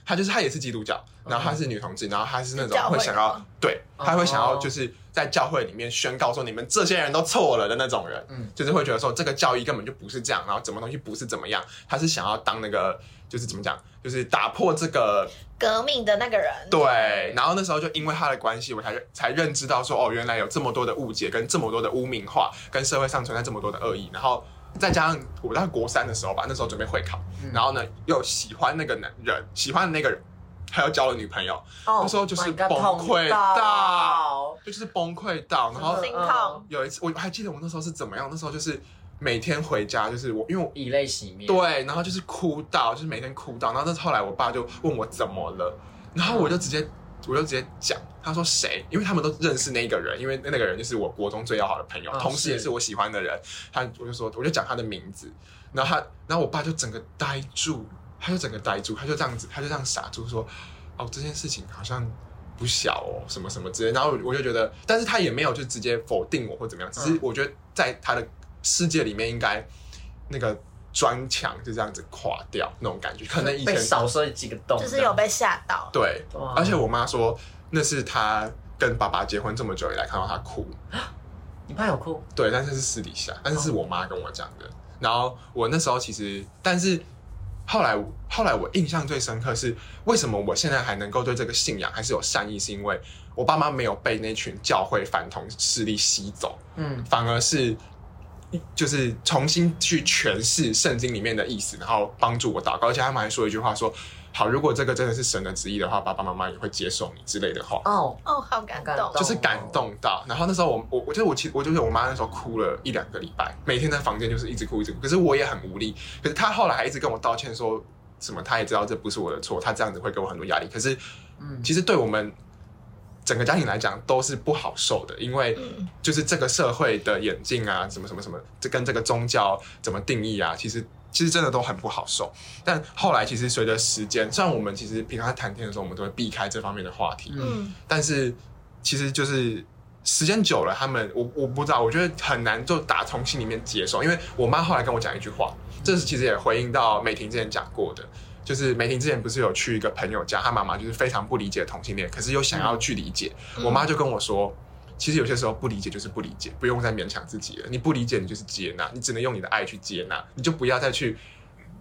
Speaker 3: 她就是她也是基督教，然后她是女同志，然后她是那种会想要对，她会想要就是在教会里面宣告说你们这些人都错了的那种人，
Speaker 2: 嗯
Speaker 3: 就是会觉得说这个教义根本就不是这样，然后怎么东西不是怎么样，她是想要当那个就是怎么讲，就是打破这个
Speaker 1: 革命的那个人，
Speaker 3: 对，然后那时候就因为他的关系，我才才认知到说，哦，原来有这么多的误解，跟这么多的污名化，跟社会上存在这么多的恶意。然后再加上我在国三的时候吧，那时候准备会考，
Speaker 2: 嗯
Speaker 3: 然后呢又喜欢那个男人，喜欢那个人，他又交了女朋友，
Speaker 2: 那
Speaker 3: 那时候就是
Speaker 2: 哦
Speaker 3: 崩溃到
Speaker 2: 到，
Speaker 3: 就是崩溃到，然后
Speaker 1: 心
Speaker 2: 嗯
Speaker 1: 痛，
Speaker 3: 有一次我还记得我那时候是怎么样，那时候就是每天回家就是我因为我
Speaker 2: 以泪洗面，
Speaker 3: 对，然后就是哭到，就是每天哭到。然后那后来我爸就问我怎么了，然后我就直
Speaker 2: 嗯
Speaker 3: 接我就直接讲，他说谁？因为他们都认识那个人，因为那个人就是我国中最要好的朋友，
Speaker 2: 啊
Speaker 3: 同时也
Speaker 2: 是
Speaker 3: 是我喜欢的人。他我就说我就讲他的名字，然后他然后我爸就整个呆住，他就整个呆住，他就这样子，他就这样傻住说，哦这件事情好像。不小哦，什么什么之类，然后我我就觉得，但是他也没有就直接否定我或怎么样，只是
Speaker 2: 嗯
Speaker 3: 我觉得在他的世界里面应该那个砖墙就这样子垮掉那种感觉，可能以前
Speaker 2: 被少射几个洞，
Speaker 1: 就是有被吓到，
Speaker 3: 对，
Speaker 2: 对啊，
Speaker 3: 而且我妈说那是她跟爸爸结婚这么久以来看到她哭，
Speaker 2: 你怕有哭？
Speaker 3: 对，但是是私底下，但是是我妈跟我讲的。然后我那时候其实，但是后来后来我印象最深刻是，为什么我现在还能够对这个信仰还是有善意，是因为我爸妈没有被那群教会反同势力吸走，
Speaker 2: 嗯，
Speaker 3: 反而是就是重新去诠释圣经里面的意思，然后帮助我祷告。而且他们还说一句话说：“好，如果这个真的是神的旨意的话，爸爸妈妈也会接受你之类的话。”
Speaker 2: 哦，
Speaker 1: 哦，好感
Speaker 2: 感动
Speaker 1: 动，
Speaker 3: 就是感动到。然后那时候我我我就是我其我就是我妈那时候哭了一两个礼拜，每天在房间就是一直哭一直哭。可是我也很无力。可是她后来还一直跟我道歉说什么，她也知道这不是我的错，她这样子会给我很多压力。可是
Speaker 2: 嗯，
Speaker 3: 其实对我们整个家庭来讲都是不好受的，因为就是这个社会的眼镜啊，什么什么什么，这跟这个宗教怎么定义啊，其实其实真的都很不好受。但后来其实随着时间，虽然我们其实平常在谈天的时候，我们都会避开这方面的话题，
Speaker 1: 嗯，
Speaker 3: 但是其实就是时间久了，他们我我不知道，我觉得很难就打从心里面接受。因为我妈后来跟我讲一句话，这是其实也回应到美婷之前讲过的，就是美婷之前不是有去一个朋友家，她妈妈就是非常不理解同性恋，可是又想要去理解。我妈就跟我说。其实有些时候不理解就是不理解，不用再勉强自己了。你不理解，你就是接纳，你只能用你的爱去接纳，你就不要再去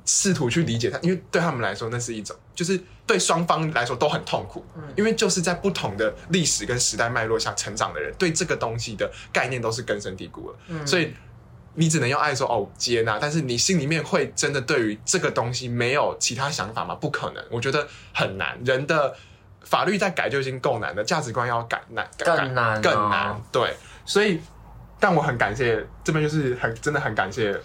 Speaker 3: 试图去理解他，因为对他们来说那是一种，就是对双方来说都很痛苦，因为就是在不同的历史跟时代脉络下成长的人，对这个东西的概念都是根深蒂固了，
Speaker 2: 嗯
Speaker 3: 所以你只能用爱说哦接纳，但是你心里面会真的对于这个东西没有其他想法吗？不可能，我觉得很难，人的。法律在改就已经够难了，价值观要改难改改
Speaker 2: 更难哦
Speaker 3: 更难，对，所以但我很感谢这边就是很真的很感谢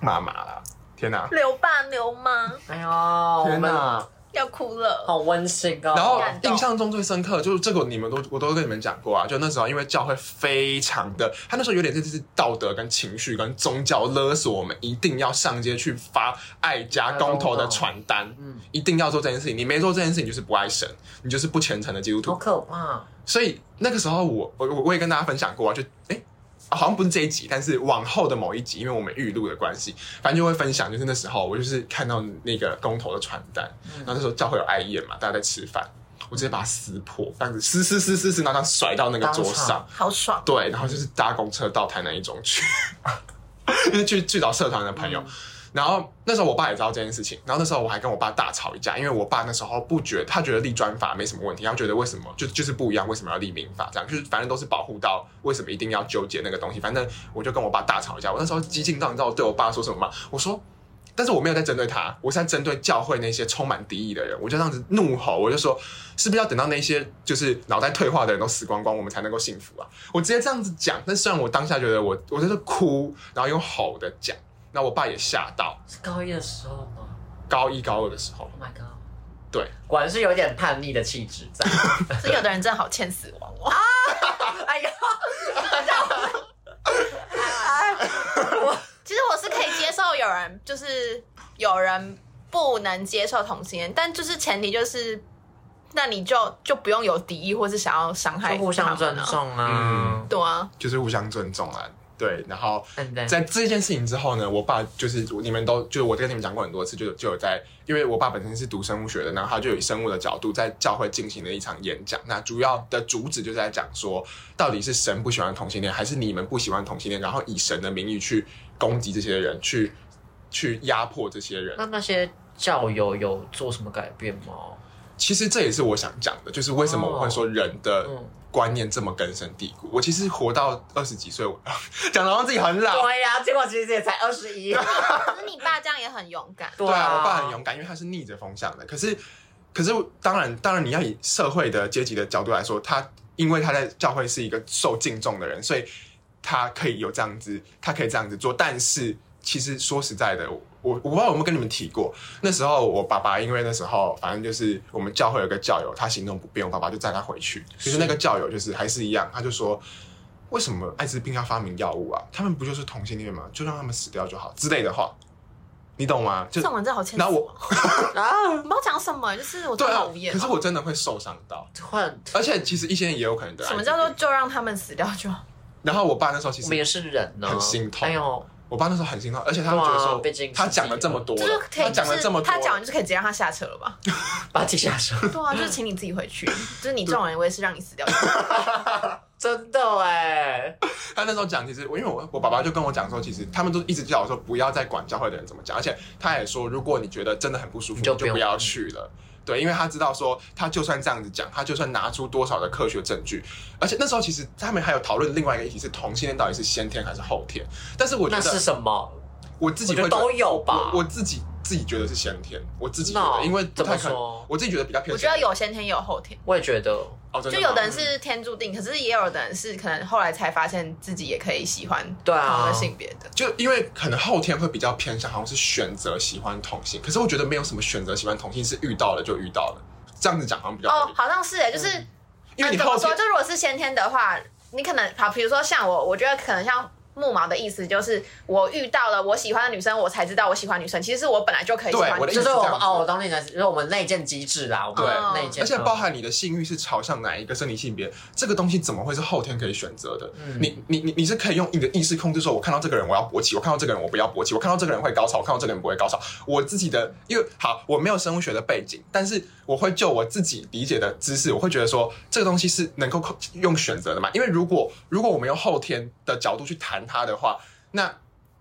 Speaker 3: 妈妈啦，天哪、
Speaker 1: 刘爸刘妈
Speaker 2: 哎呦，我
Speaker 3: 天
Speaker 2: 们啊
Speaker 3: 哪！
Speaker 1: 要哭了，
Speaker 2: 好温馨哦。
Speaker 3: 然后
Speaker 1: 感动
Speaker 3: 印象中最深刻就是这个，你们都我都跟你们讲过啊，就那时候因为教会非常的，他那时候有点就是道德跟情绪跟宗教勒索我们，一定要上街去发爱家公投的传单，
Speaker 2: 嗯，
Speaker 3: 一定要做这件事情。你没做这件事情，就是不爱神，你就是不虔诚的基督徒。
Speaker 2: 好可怕，
Speaker 3: 所以那个时候我我我也跟大家分享过啊，就哎、啊好像不是这一集，但是往后的某一集，因为我们预录的关系，反正就会分享，就是那时候我就是看到那个公投的传单，
Speaker 2: 嗯
Speaker 3: 然后那时候教会有爱宴嘛，大家在吃饭，我直接把它撕破，这样子撕撕撕撕撕，然后这样甩到那个桌
Speaker 2: 当
Speaker 3: 上
Speaker 2: 场，
Speaker 4: 好爽。
Speaker 3: 对，然后就是搭公车到台南一中去， *laughs* 因为去去找社团的朋友。然后那时候我爸也知道这件事情，然后那时候我还跟我爸大吵一架，因为我爸那时候不觉他觉得立专法没什么问题，他觉得为什么就就是不一样，为什么要立民法这样，就是反正都是保护到为什么一定要纠结那个东西，反正我就跟我爸大吵一架，我那时候激进到你知道我对我爸说什么吗？我说。但是我没有在针对他，我是在针对教会那些充满敌意的人，我就这样子怒吼，我就说，是不是要等到那些就是脑袋退化的人都死光光，我们才能够幸福啊？我直接这样子讲，但虽然我当下觉得我我就是哭，然后用吼的讲，那我爸也吓到，
Speaker 2: 是高一的时候吗
Speaker 3: 高一高二的时候，
Speaker 2: ？Oh my god！
Speaker 3: 对，
Speaker 2: 果然是有点叛逆的气质在。
Speaker 4: 所以有的人真的好欠死亡哦。
Speaker 2: *laughs* 哎呀，
Speaker 1: 其实我是可以接受有人就是有人不能接受同性恋，但就是前提就是，那你就就不用有敌意或是想要伤害
Speaker 2: 就互相
Speaker 1: 他
Speaker 2: 尊
Speaker 1: 们啊。
Speaker 2: 重啊
Speaker 3: 嗯。
Speaker 1: 对啊，
Speaker 3: 就是互相尊重啊，对，然后
Speaker 2: And then-
Speaker 3: 在这件事情之后呢，我爸就是你们都就是我跟你们讲过很多次，就就有在，因为我爸本身是读生物学的，然后他就以生物的角度在教会进行了一场演讲。那主要的主旨就是在讲说，到底是神不喜欢同性恋，还是你们不喜欢同性恋，然后以神的名义去攻击这些人，去去压迫这些人。
Speaker 2: 那那些教友有做什么改变吗？
Speaker 3: 其实这也是我想讲的，就是为什么我会说人的
Speaker 2: 嗯
Speaker 3: 观念这么根深蒂固。我其实活到二十几岁，我 *laughs* 讲的好像自己很老，
Speaker 2: 对呀、结果其实也才二十一。
Speaker 1: 可是你爸这样也很勇敢。
Speaker 2: 对
Speaker 3: *laughs* 对啊，我爸很勇敢，因为他是逆着风向的。可是，可是当然，当然你要以社会的阶级的角度来说，他因为他在教会是一个受敬重的人，所以他可以有这样子，他可以这样子做。但是其实说实在的，我我我不知道有没有跟你们提过，那时候我爸爸因为那时候反正就是我们教会有个教友，他行动不便，我爸爸就载他回去。可是那个教友就是还是一样，他就说。为什么艾滋病要发明药物啊？他们不就是同性恋吗？就让他们死掉就好之类的话，你懂吗？就
Speaker 1: 这种人真的好哦欠死
Speaker 3: 然
Speaker 1: 亡。
Speaker 3: 后我，
Speaker 1: 我不知道讲什么，就是我真
Speaker 3: 对
Speaker 1: 的
Speaker 3: 啊
Speaker 1: 好无，言。
Speaker 3: 可是我真的会受伤
Speaker 1: *laughs*
Speaker 3: 到，
Speaker 2: 换
Speaker 3: 而且其实一些人也有可能得。
Speaker 1: 什么叫做？就让他们死掉就好？
Speaker 3: 然后我爸那时候其
Speaker 2: 我们也
Speaker 3: 实，
Speaker 2: 是人呢、
Speaker 3: 很心痛
Speaker 2: 哎呦，
Speaker 3: 我爸那时候很心痛，而且他会觉得
Speaker 2: 对啊
Speaker 3: 说
Speaker 2: 被禁，止
Speaker 3: 他讲了这么多
Speaker 1: 就是
Speaker 3: 了，
Speaker 1: 可以，
Speaker 3: 他讲了这么
Speaker 1: 就是他讲完
Speaker 3: 多，
Speaker 1: 就是可以直接让他下车了吧？
Speaker 2: 把自己下手。
Speaker 3: *laughs*
Speaker 1: 对啊，就是请你自己回去，就是你这种人，我也是让你死掉。
Speaker 2: 真的哎，
Speaker 3: 他那时候讲，其实我因为我我爸爸就跟我讲说，其实他们都一直叫我说不要再管教会的人怎么讲，而且他也说，如果你觉得真的很不舒服，
Speaker 2: 你
Speaker 3: 你
Speaker 2: 就
Speaker 3: 就
Speaker 2: 不
Speaker 3: 不
Speaker 2: 要
Speaker 3: 要去了。对，因为他知道说，他就算这样子讲，他就算拿出多少的科学证据，而且那时候其实他们还有讨论另外一个议题是同性恋到底是先天还是后天，但是我觉
Speaker 2: 那是
Speaker 3: 得
Speaker 2: 什么？
Speaker 3: 我自己
Speaker 2: 我觉
Speaker 3: 会
Speaker 2: 得
Speaker 3: 觉得
Speaker 2: 都有吧
Speaker 3: 我我自己自己觉得是先天，我自己觉
Speaker 2: No，
Speaker 3: 得，因为不
Speaker 2: 怎么
Speaker 3: 太可能
Speaker 2: 说，
Speaker 3: 我自己觉得比较偏
Speaker 1: 我
Speaker 3: 先
Speaker 1: 觉
Speaker 3: 天，
Speaker 1: 得有先天有后天，
Speaker 2: 我也觉得，
Speaker 3: 哦，真
Speaker 4: 就
Speaker 3: 的
Speaker 4: 有
Speaker 3: 吗
Speaker 4: 的人是天注定，可是也有的人是可能后来才发现自己也可以喜欢
Speaker 2: 对
Speaker 4: 同
Speaker 2: 啊
Speaker 4: 个，性别的。
Speaker 3: 就因为可能后天会比较偏向，好像是选择喜欢同性，可是我觉得没有什么选择喜欢同性，是遇到了就遇到了，这样子讲好像比较合
Speaker 1: 哦
Speaker 3: 理、，
Speaker 1: 好像是哎，就是、
Speaker 3: 啊嗯因为你
Speaker 1: 啊怎么
Speaker 3: 后
Speaker 1: 说？
Speaker 3: 天
Speaker 1: 就如果是先天的话，你可能好，比如说像我，我觉得可能像木毛的意思就是，我遇到了我喜欢的女生，我才知道我喜欢女生。其实是我本来就可以喜
Speaker 3: 对我
Speaker 1: 欢
Speaker 3: 的
Speaker 1: 女
Speaker 3: 意思
Speaker 2: 就是
Speaker 1: 生。
Speaker 2: 我
Speaker 3: 这
Speaker 2: 们
Speaker 3: 样子啊
Speaker 2: 哦，我懂你的，就是我们内建机制啦，我们
Speaker 1: 对
Speaker 2: 内建，哦
Speaker 3: 而且包含你的性欲是朝向哪一个生理性别，这个东西怎么会是后天可以选择的？
Speaker 2: 嗯
Speaker 3: 你你你你是可以用你的意识控制说，我看到这个人我要勃起，我看到这个人我不要勃起，我看到这个人会高潮，我看到这个人不会高潮。我自己的，因为好，我没有生物学的背景，但是我会就我自己理解的知识，我会觉得说这个东西是能够控用选择的嘛？因为如果如果我们用后天的角度去谈它的话，那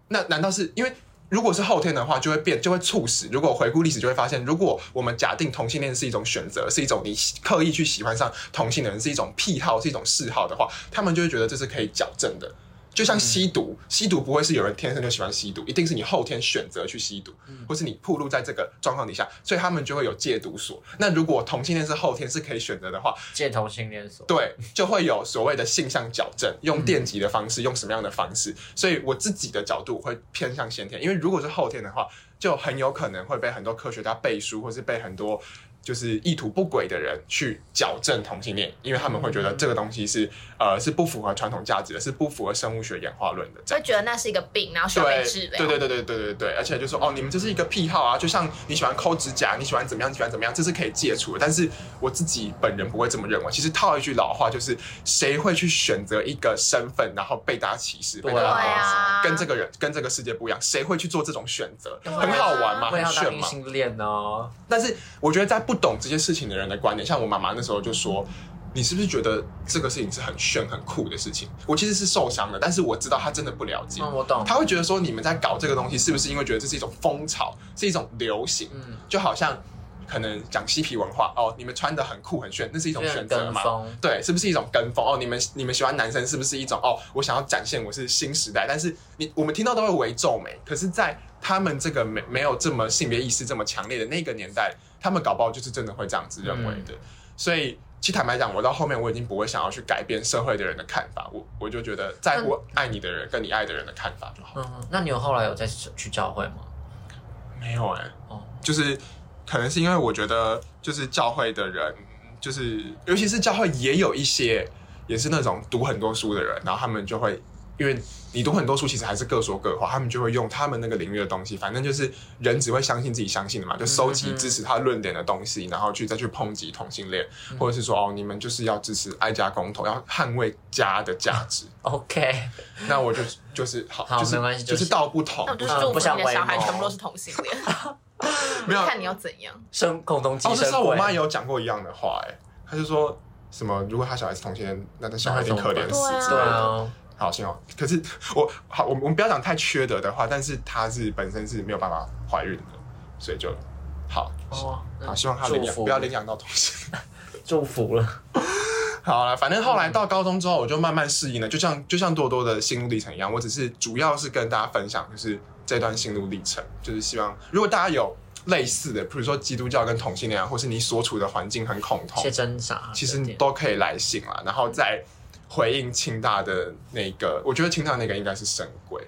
Speaker 3: 那难道是因为如果是后天的话，就会变，就会促使。如果回顾历史，就会发现，如果我们假定同性恋是一种选择，是一种你喜刻意去喜欢上同性的人，是一种癖好，是一种嗜好的话，他们就会觉得这是可以矫正的。就像吸毒，吸毒不会是有人天生就喜欢吸毒，一定是你后天选择去吸毒，或是你暴露在这个状况底下，所以他们就会有戒毒所。那如果同性恋是后天是可以选择的话，
Speaker 2: 借同性恋所，
Speaker 3: 对，就会有所谓的性向矫正，用电极的方式，用什么样的方式？所以我自己的角度会偏向先天，因为如果是后天的话，就很有可能会被很多科学家背书，或是被很多就是意图不轨的人去矫正同性恋，因为他们会觉得这个东西是呃是不符合传统价值的，是不符合生物学演化论的。这
Speaker 1: 会
Speaker 3: 样
Speaker 1: 觉得那是一个病，然后需要被
Speaker 3: 对
Speaker 1: 治疗。
Speaker 3: 对对对对对对对，而且就说哦，你们这是一个癖好啊，就像你喜欢抠指甲，你喜欢怎么样，你喜欢怎么样，这是可以戒除的。但是我自己本人不会这么认为。其实套一句老话，就是谁会去选择一个身份，然后被大家歧视，被大
Speaker 2: 对
Speaker 3: 家
Speaker 2: 啊
Speaker 3: 排挤
Speaker 1: 啊
Speaker 3: 跟这个人跟这个世界不一样，谁会去做这种选择？
Speaker 1: 啊
Speaker 3: 很好玩嘛，
Speaker 2: 我也
Speaker 3: 很
Speaker 2: 要当
Speaker 3: 炫
Speaker 2: 异
Speaker 3: 嘛。
Speaker 2: 性恋哦，
Speaker 3: 但是我觉得在不懂这些事情的人的观点，像我妈妈那时候就说。你是不是觉得这个事情是很炫、很酷的事情？我其实是受伤的，但是我知道她真的不了解。
Speaker 2: 嗯，我懂，
Speaker 3: 他会觉得说你们在搞这个东西，是不是因为觉得这是一种风潮，是一种流行？
Speaker 2: 嗯，
Speaker 3: 就好像可能讲嬉皮文化哦，你们穿的很酷很炫，那是一种
Speaker 2: 有
Speaker 3: 选
Speaker 2: 点
Speaker 3: 择
Speaker 2: 跟
Speaker 3: 嘛？
Speaker 2: 风，
Speaker 3: 对，是不是一种跟风？哦，你们你们喜欢男生是不是一种哦？我想要展现我是新时代，但是你我们听到都会为皱眉，可是，在他们这个没没有这么性别意识这么强烈的那个年代，他们搞不好就是真的会这样子认为的。所以，其实坦白讲，我到后面我已经不会想要去改变社会的人的看法，我我就觉得在乎爱你的人跟你爱的人的看法就好。
Speaker 2: 嗯，那你有后来有再去教会吗？
Speaker 3: 没有哎、
Speaker 2: 哦，
Speaker 3: 就是可能是因为我觉得，就是教会的人，就是尤其是教会也有一些也是那种读很多书的人，然后他们就会因为你读很多书，其实还是各说各话，他们就会用他们那个领域的东西，反正就是人只会相信自己相信的嘛，就收集
Speaker 2: 嗯嗯
Speaker 3: 支持他论点的东西，然后去再去抨击同性恋，或者是说哦，你们就是要支持爱家公投，要捍卫家的价值。
Speaker 2: OK， *laughs*
Speaker 3: 那我就就是好，
Speaker 2: 好
Speaker 3: 就是
Speaker 2: 没关系
Speaker 3: 就
Speaker 2: 就是是
Speaker 3: 道嗯不同
Speaker 4: 那
Speaker 1: 哦
Speaker 4: 我，就
Speaker 2: 啊
Speaker 4: 祝
Speaker 2: 不
Speaker 4: 福
Speaker 2: 想
Speaker 4: 你的小孩
Speaker 2: 为谋
Speaker 4: 全部都是同性恋，
Speaker 3: *laughs* 没有啊
Speaker 4: 看你要怎样。
Speaker 2: 生共同寄
Speaker 3: 哦，那
Speaker 2: 生
Speaker 3: 时候
Speaker 2: 贵，
Speaker 3: 我妈有讲过一样的话、哎，她就说什么，如果她小孩是同性恋，那她小孩一定可怜死之类
Speaker 2: 对
Speaker 3: 的。
Speaker 2: 啊，
Speaker 3: 好，幸好，可是我好，我们我们不要讲太缺德的话，但是她是本身是没有办法怀孕的，所以就好，
Speaker 2: 哦，
Speaker 3: 好，
Speaker 2: 嗯
Speaker 3: 希望她领
Speaker 2: 祝
Speaker 3: 养
Speaker 2: 福
Speaker 3: 不要领养到同性。
Speaker 2: 祝福了。
Speaker 3: *laughs* 好了，反正后来到高中之后，我就慢慢适应了，就像就像多多的心路历程一样，我只是主要是跟大家分享，就是这段心路历程，就是希望如果大家有类似的，比如说基督教跟同性恋啊，或是你所处的环境很恐
Speaker 2: 一
Speaker 3: 同
Speaker 2: 些，挣
Speaker 4: 啊
Speaker 2: 扎，
Speaker 3: 其实你都可以来信啦，然后再回应清大的那个，我觉得清大那个应该是神鬼，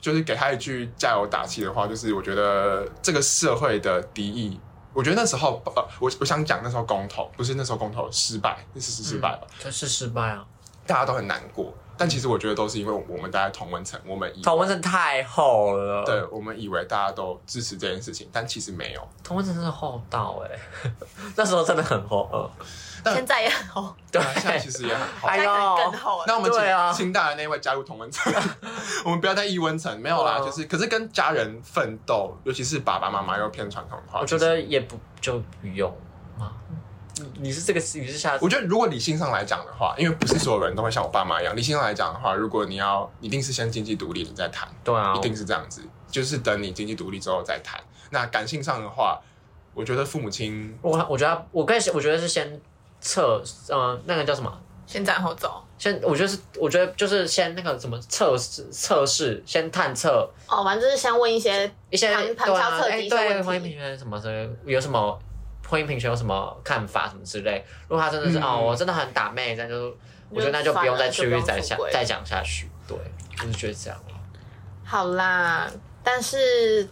Speaker 3: 就是给他一句加油打气的话，就是我觉得这个社会的敌意，我觉得那时候呃，我我想讲那时候公投不是那时候公投失败，那是是
Speaker 4: 嗯
Speaker 3: 失败吧，
Speaker 2: 可是失败啊，
Speaker 3: 大家都很难过，但其实我觉得都是因为我们大家同文层，我们以
Speaker 2: 同温层太厚了，
Speaker 3: 对，我们以为大家都支持这件事情，但其实没有。
Speaker 2: 同温层真的厚到哎、 *laughs* 那时候真的很厚，嗯
Speaker 3: 但啊
Speaker 4: 现在也很红，
Speaker 2: 对，
Speaker 3: 现在其实也很好。
Speaker 2: 哎
Speaker 4: 现在可能更
Speaker 2: 呦，
Speaker 4: 厚
Speaker 3: *laughs*
Speaker 4: 了。
Speaker 3: 那我们请
Speaker 2: 对啊
Speaker 3: 清大的那位加入同温层， *laughs* 我们不要在异温层，没有啦，
Speaker 1: 嗯
Speaker 2: 对啊
Speaker 3: 就是可是跟家人奋斗，尤其是爸爸妈妈又偏传统的话，
Speaker 2: 我觉得也不就不用嘛，你是这个，你是下，
Speaker 3: 我觉得如果理性上来讲的话，因为不是所有人都会像我爸妈一样，理性上来讲的话，如果你要，一定是先经济独立，你再谈。
Speaker 2: 对啊，
Speaker 1: 哦
Speaker 3: 一定是这样子，就是等你经济独立之后再谈。那感性上的话，我觉得父母亲
Speaker 2: 我我觉得我更我觉得是先测，呃，那个叫什么？
Speaker 4: 先斩后奏，
Speaker 2: 先我觉得是，我觉得就是先那个什么测试测试，先探测
Speaker 1: 哦，反正就是先问一些
Speaker 2: 一些
Speaker 1: 旁旁
Speaker 2: 对
Speaker 1: 敲
Speaker 2: 啊，
Speaker 1: 侧
Speaker 2: 哎
Speaker 1: 击一些
Speaker 2: 对婚
Speaker 1: 问
Speaker 2: 姻评
Speaker 1: 题，
Speaker 2: 选什么的，有什么婚姻评选有什么看法什么之类。如果他真的是、
Speaker 3: 嗯
Speaker 2: 哦，我真的很打妹，那就我觉得那就不用再去再下再讲下去。对，我就觉得这样。
Speaker 1: 好啦，但是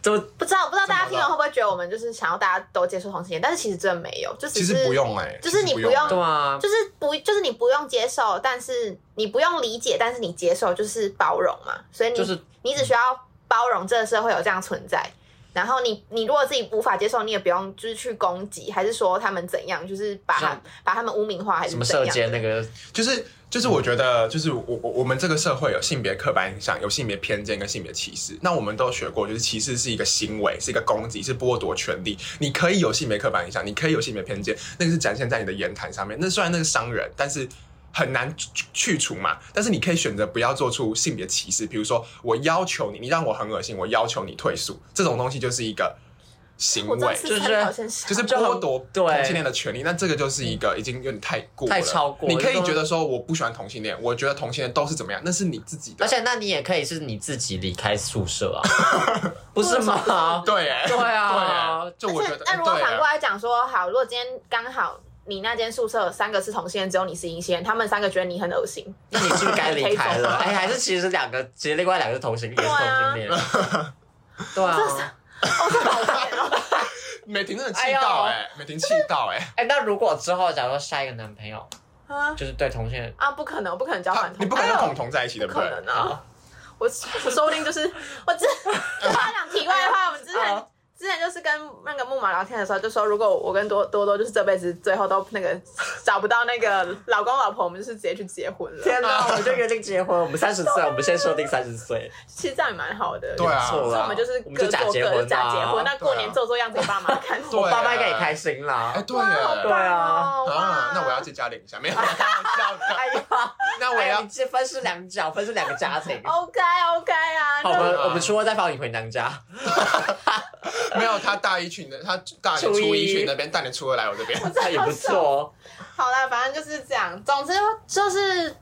Speaker 2: 怎么
Speaker 1: 不知道不知道大家
Speaker 3: 怎
Speaker 1: 听
Speaker 3: 么了
Speaker 1: 了会不会觉得我们就是想要大家都接触同性恋，但是其实真的没有，就只
Speaker 3: 其
Speaker 1: 是
Speaker 3: 实不用哎、欸，
Speaker 1: 就是你
Speaker 3: 其实
Speaker 1: 不
Speaker 3: 不用
Speaker 1: 用
Speaker 3: 欸
Speaker 2: 对啊？
Speaker 1: 就是不就是你不用接受，但是你不用理解，但是你接受就是包容嘛，所以你、
Speaker 2: 就是
Speaker 1: 你只需要包容这个社会有这样存在。然后你你如果自己无法接受，你也不用就是去攻击，还是说他们怎样，就是把他
Speaker 2: 像
Speaker 1: 把他们污名化，还是
Speaker 2: 什么
Speaker 1: 怎
Speaker 2: 射
Speaker 1: 样
Speaker 2: 箭
Speaker 1: 的
Speaker 2: 那个
Speaker 3: 就是就是我觉得就是我我我们这个社会有性别刻板印象，有性别偏见跟性别歧视。那我们都学过，就是歧视是一个行为，是一个攻击，是剥夺权利。你可以有性别刻板印象，你可以有性别偏见，那个是展现在你的言谈上面。那虽然那个伤人，但是。很难去去除嘛，但是你可以选择不要做出性别歧视，比如说我要求你，你让我很恶心，我要求你退宿，这种东西就是一个行
Speaker 1: 我真
Speaker 3: 为，
Speaker 1: 是
Speaker 2: 就是
Speaker 1: 参考先生
Speaker 3: 就是
Speaker 2: 就很
Speaker 3: 剥夺
Speaker 2: 对嗯
Speaker 3: 同性恋的权利，那这个就是一个已经有点太过了
Speaker 2: 太超过了
Speaker 3: 你可以觉得说我不喜欢同性恋，我觉得同性恋都是怎么样，那是你自己的。
Speaker 2: 而且那你也可以是你自己离开宿
Speaker 1: *laughs*
Speaker 2: 舍啊，不是吗？
Speaker 3: 对哎，
Speaker 2: 对啊
Speaker 3: 对哎，就我觉
Speaker 1: 而且
Speaker 3: 得，
Speaker 1: 那
Speaker 3: 哎
Speaker 1: 如果
Speaker 3: 对
Speaker 1: 反过
Speaker 3: 哎，
Speaker 1: 来讲说，好，如果今天刚好你那间宿舍有三个是同性恋，只有你是异性恋，他们三个觉得你很恶心，
Speaker 2: 那你是不是该离
Speaker 1: *laughs*
Speaker 2: 开了？
Speaker 1: 可以走吗
Speaker 2: 哎，还是其实是两个，其实另外两个是同性恋，也是
Speaker 1: 对啊
Speaker 2: 同性
Speaker 1: *laughs*
Speaker 2: 恋。对
Speaker 1: 这是
Speaker 2: 啊，
Speaker 1: 哦，这好贱哦。
Speaker 3: 美婷真的气到哎，美婷气到哎，
Speaker 2: 哎，那如果之后假如说下一个男朋友
Speaker 1: 啊
Speaker 2: 就是对同性恋，
Speaker 1: 啊，不可能，我不可能交
Speaker 3: 她
Speaker 1: 换同，
Speaker 3: 你不可能
Speaker 1: 哎呦
Speaker 3: 跟孔同在一起，对
Speaker 1: 不
Speaker 3: 不
Speaker 1: 可
Speaker 3: 对？
Speaker 1: 能啊！我我说不定就是 *laughs* 我
Speaker 3: *laughs*
Speaker 1: 之，我还讲题外话，我们之前
Speaker 2: 好。
Speaker 1: 之前就是跟那个木马聊天的时候，就说如果我跟多多多就是这辈子最后都那个找不到那个老公老婆，我们就是直接去结婚了。啊 *laughs*
Speaker 2: 天哪，我们就约定结婚，我们三十岁，我们先设定三十岁，
Speaker 1: 其实这样也蛮好的，
Speaker 3: 对啊
Speaker 2: 错
Speaker 1: 所以
Speaker 2: 了，
Speaker 1: 我们就是
Speaker 2: 我
Speaker 1: 各
Speaker 2: 们就
Speaker 1: 做
Speaker 2: 假
Speaker 1: 各，
Speaker 2: 结婚啊，
Speaker 1: 假结婚。那过年
Speaker 3: 对啊
Speaker 1: 做做样子给爸妈看，
Speaker 3: 对啊
Speaker 2: 我爸妈应该也开心啦
Speaker 3: 哎，。对
Speaker 1: 啊哇好
Speaker 3: 哎
Speaker 1: 棒哦
Speaker 3: 啊，
Speaker 1: 哇
Speaker 3: 那我要去嘉
Speaker 1: *laughs*
Speaker 3: 玲一下，没有开玩笑的，
Speaker 2: 哎呀，
Speaker 3: *laughs* 那我
Speaker 2: 哎呀，
Speaker 3: 要
Speaker 2: 你这分是两角，分是两个家
Speaker 1: *laughs*
Speaker 2: 庭。
Speaker 1: OK OK 啊，
Speaker 2: 好，我们
Speaker 1: 那
Speaker 3: 吧
Speaker 2: 我们初二再放你回娘家。
Speaker 3: 没有她大一去你的，她大年
Speaker 2: 初
Speaker 3: 初
Speaker 2: 一
Speaker 3: 一去你那边，大年初二来我这边，
Speaker 2: 那也不错。哦
Speaker 1: 好啦，反正就是这样。总之就是，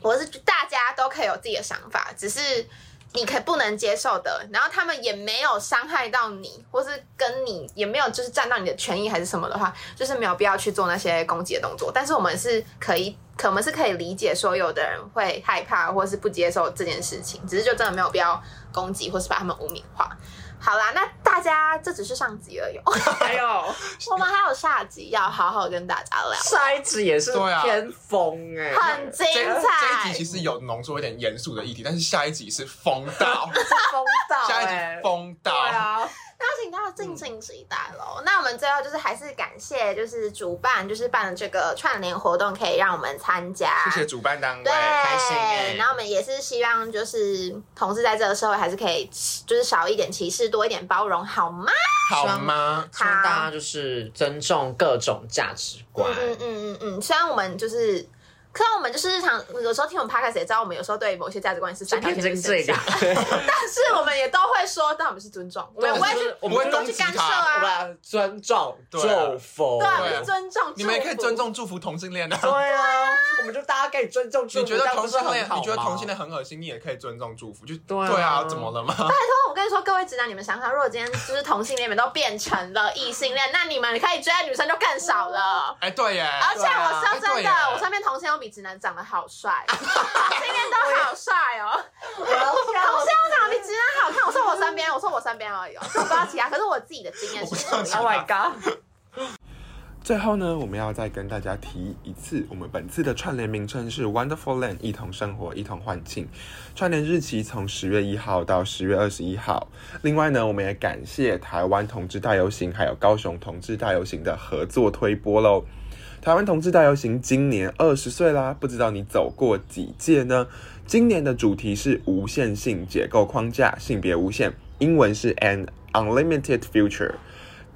Speaker 1: 我是大家都可以有自己的想法，只是你可以不能接受的，然后他们也没有伤害到你，或是跟你也没有就是占到你的权益还是什么的话，就是没有必要去做那些攻击的动作。但是我们是可以，可我们是可以理解说有的人会害怕或是不接受这件事情，只是就真的没有必要攻击或是把他们污名化。好啦，那大家这只是上集而已， *laughs*
Speaker 2: 还有
Speaker 1: 我们还有下集要好好跟大家聊。
Speaker 2: 下一集也是
Speaker 3: 对啊
Speaker 2: 偏疯哎、
Speaker 1: 很精
Speaker 3: 这这一 *laughs*
Speaker 1: 彩。
Speaker 3: 集其实有浓缩一点严肃的议题，但是下一集是疯到，
Speaker 2: 疯到
Speaker 3: 下一
Speaker 2: 哎、
Speaker 3: 集疯到，
Speaker 2: 对啊，
Speaker 1: 那请大家敬请期待喽。那我们最后就是还是感谢，就是主办就是办了这个串联活动，可以让我们参加。
Speaker 3: 谢谢主办单位，
Speaker 1: 对，
Speaker 2: 心欸
Speaker 1: 然后我们也是希望，就是同志在这个社会还是可以，就是少一点歧视，多一点包容，好吗？
Speaker 3: 好吗？
Speaker 2: 希望大家就是尊重各种价值观。
Speaker 1: 嗯嗯嗯嗯，虽然我们就是，虽然我们就是日常有时候听我们 podcast 也知道，我们有时候对某些价值观是
Speaker 2: 就
Speaker 1: 三条
Speaker 2: 偏
Speaker 1: 线
Speaker 2: 经
Speaker 1: 的 *laughs*
Speaker 2: 这个， *laughs*
Speaker 1: 但是我们也都会说，但我们是尊重，我们不会去，
Speaker 2: 我
Speaker 3: 我
Speaker 2: 们
Speaker 3: 们
Speaker 2: 会
Speaker 3: 会
Speaker 1: 不会
Speaker 3: 攻
Speaker 1: 去
Speaker 3: 击
Speaker 1: 干涉
Speaker 3: 他。
Speaker 1: 啊。
Speaker 2: 不尊重
Speaker 3: 对啊
Speaker 2: 祝福，
Speaker 1: 对啊，我
Speaker 3: 对
Speaker 1: 们尊重，
Speaker 3: 你们也可以
Speaker 1: 祝福
Speaker 3: 尊重祝福同性恋啊。
Speaker 2: 对啊，我们就大家可以尊重祝福。
Speaker 3: 你觉得
Speaker 2: 这样不
Speaker 3: 同
Speaker 2: 是
Speaker 3: 性
Speaker 2: 很
Speaker 3: 恋，
Speaker 2: 好吗
Speaker 3: 你觉得同性恋很恶心，你也可以尊重祝福，就
Speaker 2: 对啊
Speaker 3: 怎么了吗？
Speaker 1: 我跟你说，各位直男，你们想想，如果今天就是同性恋们都变成了异性恋，那你们可以追的女生就更少了。
Speaker 3: 哎，对耶，
Speaker 1: 而且我说真
Speaker 3: 对
Speaker 1: 的，
Speaker 3: 啊
Speaker 1: 我身边同性恋都比直男长得好
Speaker 3: *laughs*
Speaker 1: 帅，同性恋都好帅哦。同性恋长得比直男好看，我说我身边，我说我身边而已、哦，我不知道其他，可是我自己的经验是这样
Speaker 3: 我不知道
Speaker 1: 的。
Speaker 3: 其
Speaker 2: Oh my god！
Speaker 3: 最后呢，我们要再跟大家提一次，我们本次的串联名称是 Wonderful Land，一同生活，一同欢庆。串联日期从十月一号到十月二十一号。另外呢，我们也感谢台湾同志大游行还有高雄同志大游行的合作推播喽。台湾同志大游行今年二十岁啦，不知道你走过几届呢？今年的主题是无限性解构框架，性别无限，英文是 An Unlimited Future。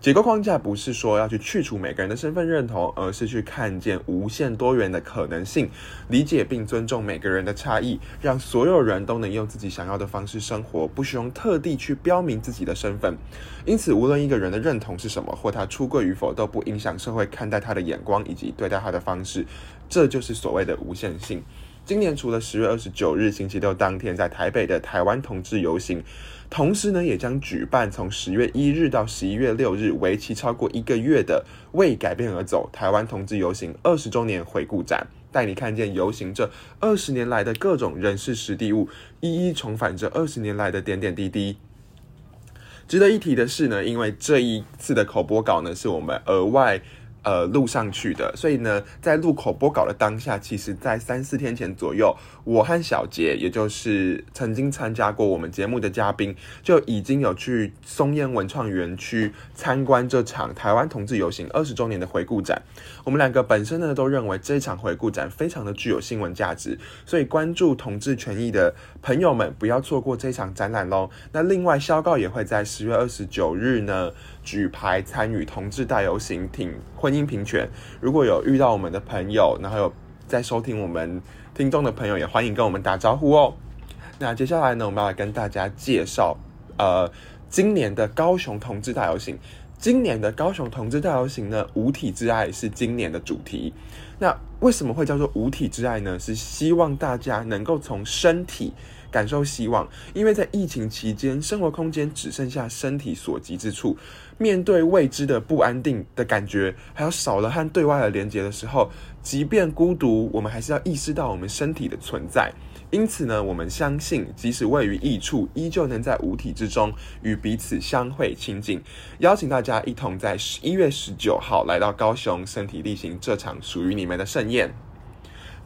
Speaker 3: 结构框架不是说要去去除每个人的身份认同，而是去看见无限多元的可能性，理解并尊重每个人的差异，让所有人都能用自己想要的方式生活，不需要特地去标明自己的身份。因此，无论一个人的认同是什么，或他出柜与否，都不影响社会看待他的眼光以及对待他的方式。这就是所谓的无限性。今年除了十月二十九日星期六当天在台北的台湾同志游行，同时呢也将举办从十月一日到十一月六日，为期超过一个月的“为改变而走”台湾同志游行二十周年回顾展，带你看见游行这二十年来的各种人事实地物，一一重返这二十年来的点点滴滴。值得一提的是呢，因为这一次的口播稿呢是我们额外呃录上去的，所以呢，在录口播稿的当下，其实在三四天前左右，我和小杰，也就是曾经参加过我们节目的嘉宾，就已经有去松烟文创园区参观这场台湾同志游行二十周年的回顾展。我们两个本身呢都认为这场回顾展非常的具有新闻价值，所以关注同志权益的朋友们不要错过这场展览喽。那另外，肖告也会在十月二十九日呢举牌参与同志大游行，挺婚姻平权。如果有遇到我们的朋友，然后有在收听我们听众的朋友，也欢迎跟我们打招呼哦。那接下来呢，我们要来跟大家介绍，呃，今年的高雄同志大游行。今年的高雄同志大游行呢，无体之爱是今年的主题。那为什么会叫做无体之爱呢？是希望大家能够从身体感受希望，因为在疫情期间，生活空间只剩下身体所及之处，面对未知的不安定的感觉，还有少了和对外的连接的时候，即便孤独，我们还是要意识到我们身体的存在。因此呢，我们相信，即使位于异处，依旧能在五体之中与彼此相会亲近。邀请大家一同在十一月十九号来到高雄，身体力行这场属于你们的盛宴。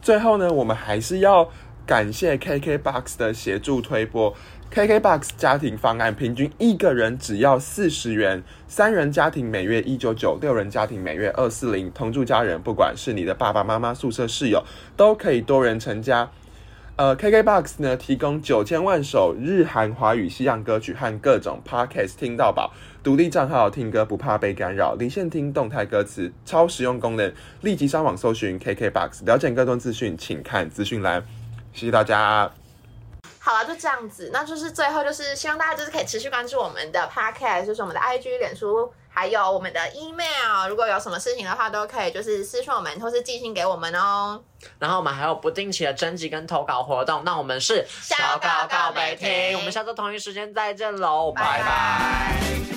Speaker 3: 最后呢，我们还是要感谢 KKBOX 的协助推播。KKBOX 家庭方案平均一个人只要四十元，三人家庭每月一九九，六人家庭每月二四零。同住家人，不管是你的爸爸妈妈、宿舍室友，都可以多人成家。呃，KKBOX 呢提供九千万首日韩华语西洋歌曲和各种 Podcast 听到饱，独立账号听歌不怕被干扰，离线听动态歌词，超实用功能，立即上网搜寻 KKBOX，了解更多资讯，请看资讯栏。谢谢大家，
Speaker 1: 好了，就这样子。那就是最后就是希望大家就是可以持续关注我们的 podcast，就是我们的 IG、脸书，还有我们的 email。如果有什么事情的话，都可以就是私信我们，或是寄信给我们哦。
Speaker 2: 然后我们还有不定期的征集跟投稿活动，那我们是
Speaker 1: 小稿告白厅
Speaker 2: 我们下周同一时间再见喽，拜拜
Speaker 1: 拜